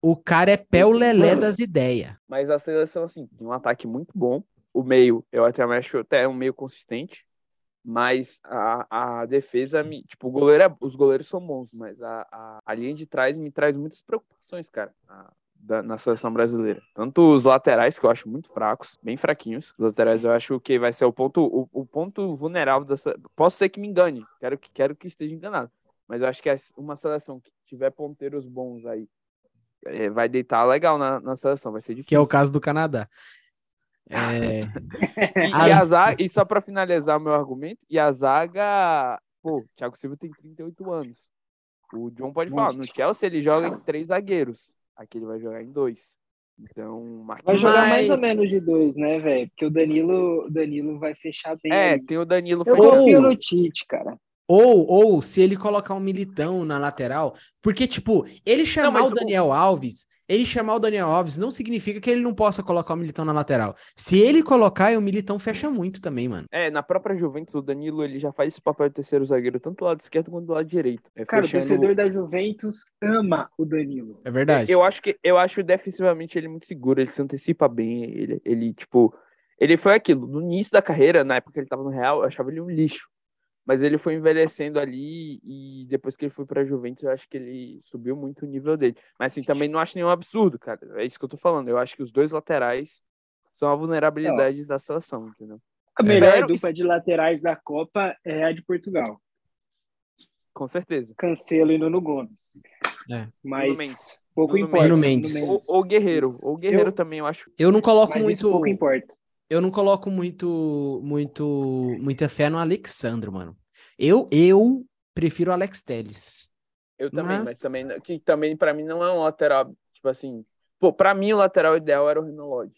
Speaker 5: O cara é pé o Lelé
Speaker 2: Mano.
Speaker 5: das ideias.
Speaker 3: Mas a seleção, assim, tem um ataque muito bom. O meio, eu até acho até um meio consistente. Mas a, a defesa, me, tipo, o goleiro é- os goleiros são bons, mas a, a, a linha de trás me traz muitas preocupações, cara, na, da- na seleção brasileira. Tanto os laterais, que eu acho muito fracos, bem fraquinhos. Os laterais eu acho que vai ser o ponto, o, o ponto vulnerável da sele- Posso ser que me engane, quero que, quero que esteja enganado. Mas eu acho que as- uma seleção que tiver ponteiros bons aí eh, vai deitar legal na, na seleção, vai ser difícil.
Speaker 5: Que é o caso do Canadá. É,
Speaker 3: E, e a zaga, e só pra finalizar o meu argumento, e a zaga. Pô, o Thiago Silva tem 38 anos. O John pode falar,
Speaker 4: Monstro.
Speaker 3: no Chelsea ele joga em três zagueiros. Aqui ele vai jogar em dois. Então,
Speaker 4: Vai
Speaker 3: Marquinhos.
Speaker 4: jogar
Speaker 5: Mas-
Speaker 4: mais ou menos de dois, né, velho? Porque o Danilo, o Danilo vai fechar bem.
Speaker 3: É,
Speaker 4: ali.
Speaker 3: tem o Danilo
Speaker 4: Eu
Speaker 5: Ou-
Speaker 3: fechado.
Speaker 4: confio no Tite, cara.
Speaker 5: Ou, ou se ele colocar um militão na lateral, porque, tipo, ele chamar
Speaker 3: mas
Speaker 5: o
Speaker 3: o-
Speaker 5: Daniel Alves, ele chamar o Daniel Alves não significa que ele não possa colocar o militão na lateral. Se ele colocar, o militão fecha muito também, mano.
Speaker 3: É, na própria Juventus, o Danilo ele já faz esse papel de terceiro zagueiro, tanto do lado esquerdo quanto do lado direito. É,
Speaker 4: Cara,
Speaker 3: fechando-
Speaker 4: o torcedor da Juventus ama o Danilo.
Speaker 5: É verdade.
Speaker 3: Eu acho que eu acho defensivamente ele muito seguro, ele se antecipa bem, ele, ele tipo, ele foi aquilo, no início da carreira, na época que ele tava no Real, eu achava ele um lixo. Mas ele foi envelhecendo ali e depois que ele foi pra Juventus, eu acho que ele subiu muito o nível dele. Mas assim, também não acho nenhum absurdo, cara. É isso que eu tô falando. Eu acho que os dois laterais são a vulnerabilidade da seleção, entendeu?
Speaker 4: A
Speaker 2: É.
Speaker 4: melhor
Speaker 3: Espero-
Speaker 4: dupla de laterais da Copa é a de Portugal.
Speaker 3: Com certeza.
Speaker 4: Cancelo e Nuno Gomes.
Speaker 5: É.
Speaker 4: Mas
Speaker 3: Nuno Mendes.
Speaker 4: pouco
Speaker 3: Nuno
Speaker 4: importa.
Speaker 5: Mendes.
Speaker 4: Nuno
Speaker 3: Ou, ou Guerreiro,
Speaker 4: Isso.
Speaker 3: ou Guerreiro
Speaker 5: Eu-
Speaker 3: também eu acho.
Speaker 5: Eu não coloco
Speaker 4: Mas isso um pouco
Speaker 5: muito.
Speaker 4: importa.
Speaker 5: Eu não coloco muito, muito, muita fé no Alexandro, mano. Eu, eu prefiro o Alex Telles.
Speaker 3: Eu também, mas,
Speaker 5: Mas-
Speaker 3: também não- que também para mim não é um lateral, tipo assim, pô, para mim o lateral ideal era o Renan Lodge.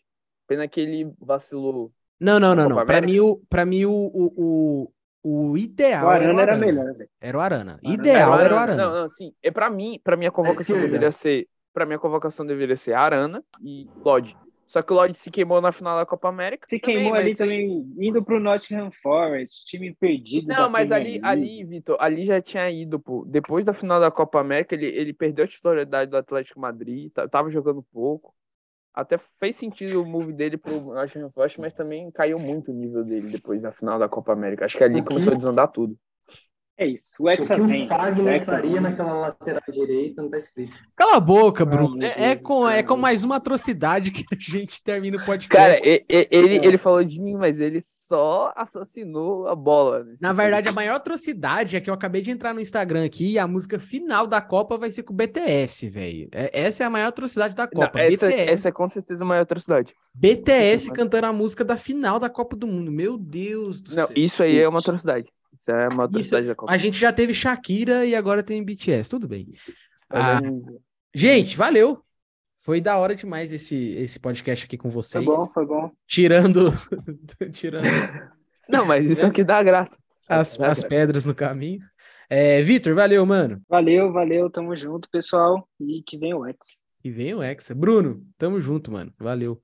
Speaker 3: Pena que ele vacilou.
Speaker 5: Não, não, não,
Speaker 3: Copa
Speaker 5: não. Pra
Speaker 3: América?
Speaker 5: mim, o, pra mim, o, o, o, o ideal.
Speaker 4: O Arana era
Speaker 5: Arana.
Speaker 4: melhor, velho.
Speaker 5: Era o Arana.
Speaker 4: Arana.
Speaker 5: Ideal
Speaker 3: Era
Speaker 5: era o Arana.
Speaker 3: Não, não, sim. É para mim, para mim a convocação
Speaker 2: esquerda.
Speaker 3: deveria ser, para mim a convocação deveria ser Arana e Lodge. Só que o Lodge se queimou na final da Copa América.
Speaker 4: Se
Speaker 3: também,
Speaker 4: queimou
Speaker 3: mas
Speaker 4: ali
Speaker 3: isso aí-
Speaker 4: também, indo pro Nottingham Forest, time perdido. da
Speaker 3: Não, mas ali,
Speaker 4: Premier League.
Speaker 3: ali, Vitor, ali já tinha ido, pô. Depois da final da Copa América, ele, ele perdeu a titularidade do Atlético Madrid, ta- tava jogando pouco. Até fez sentido o move dele pro Nottingham Forest, mas também caiu muito o nível dele depois da final da Copa América. Acho que ali
Speaker 2: O quê?
Speaker 3: começou a desandar tudo.
Speaker 4: É isso. O
Speaker 2: O
Speaker 4: Hexa
Speaker 2: que
Speaker 4: vem.
Speaker 2: o
Speaker 4: O
Speaker 2: Fagner
Speaker 4: Hexa
Speaker 2: faria
Speaker 4: vem.
Speaker 2: naquela lateral direita não tá escrito.
Speaker 5: Cala a boca,
Speaker 4: Ah,
Speaker 5: Bruno.
Speaker 4: meu
Speaker 5: É, é
Speaker 4: Deus do
Speaker 5: com, é
Speaker 4: céu.
Speaker 5: com mais uma atrocidade que a gente termina o podcast.
Speaker 3: Cara, e- e- ele,
Speaker 4: É.
Speaker 3: ele falou de mim, mas ele só assassinou a bola. nesse
Speaker 5: na verdade, a maior atrocidade é que eu acabei de entrar no Instagram aqui e a música final da Copa vai ser com o BTS, velho. É- essa é a maior atrocidade da
Speaker 3: Não,
Speaker 5: Copa.
Speaker 3: essa,
Speaker 5: BTS,
Speaker 3: essa é com certeza a maior atrocidade.
Speaker 5: BTS cantando a música da final da Copa do Mundo. Meu Deus do
Speaker 3: Não,
Speaker 5: céu.
Speaker 3: isso aí é
Speaker 4: Isso.
Speaker 3: uma atrocidade. Isso é uma atrocidade da Copa.
Speaker 5: A gente já teve Shakira e agora tem BTS. Tudo bem. Ah,
Speaker 3: Mas-
Speaker 5: gente, valeu. Foi da hora demais esse, esse podcast aqui
Speaker 3: Tá
Speaker 5: com
Speaker 4: Foi
Speaker 5: vocês.
Speaker 4: bom, foi bom.
Speaker 5: Tirando. tirando
Speaker 3: Não, mas isso é o que dá graça. é
Speaker 5: as, as pedras no caminho. É, Vitor, valeu, mano.
Speaker 4: Valeu, valeu. Tamo junto, pessoal. E que vem o Hexa.
Speaker 5: E vem o Hexa. Bruno, tamo junto, mano. Valeu.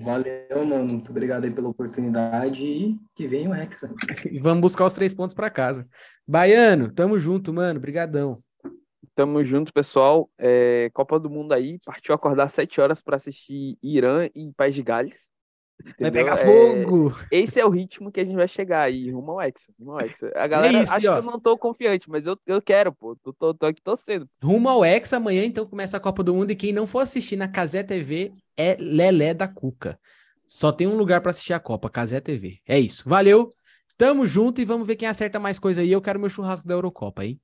Speaker 2: Valeu, mano. Muito obrigado aí pela oportunidade e que venha o Hexa.
Speaker 5: E vamos buscar os três pontos pra casa. Baiano, tamo junto, mano. Brigadão.
Speaker 3: Tamo junto, pessoal. É, Copa do Mundo aí. Partiu acordar às 7 horas pra assistir Irã e País de Gales.
Speaker 5: Vai
Speaker 3: entendeu?
Speaker 5: pegar
Speaker 3: É,
Speaker 5: fogo!
Speaker 3: Esse é o ritmo que a gente vai chegar aí, rumo ao Hexa. Rumo ao Hexa. A galera
Speaker 5: isso,
Speaker 3: acha que
Speaker 5: ó.
Speaker 3: eu não tô confiante, mas eu, eu quero, pô. Tô, tô, tô aqui torcendo.
Speaker 5: Rumo ao Hexa, amanhã então começa a Copa do Mundo e quem não for assistir na Casé TV é Lelé da Cuca. Só tem um lugar pra assistir a Copa, Casé TV. É isso. Valeu. Tamo junto e vamos ver quem acerta mais coisa aí. Eu quero meu churrasco da Eurocopa, hein?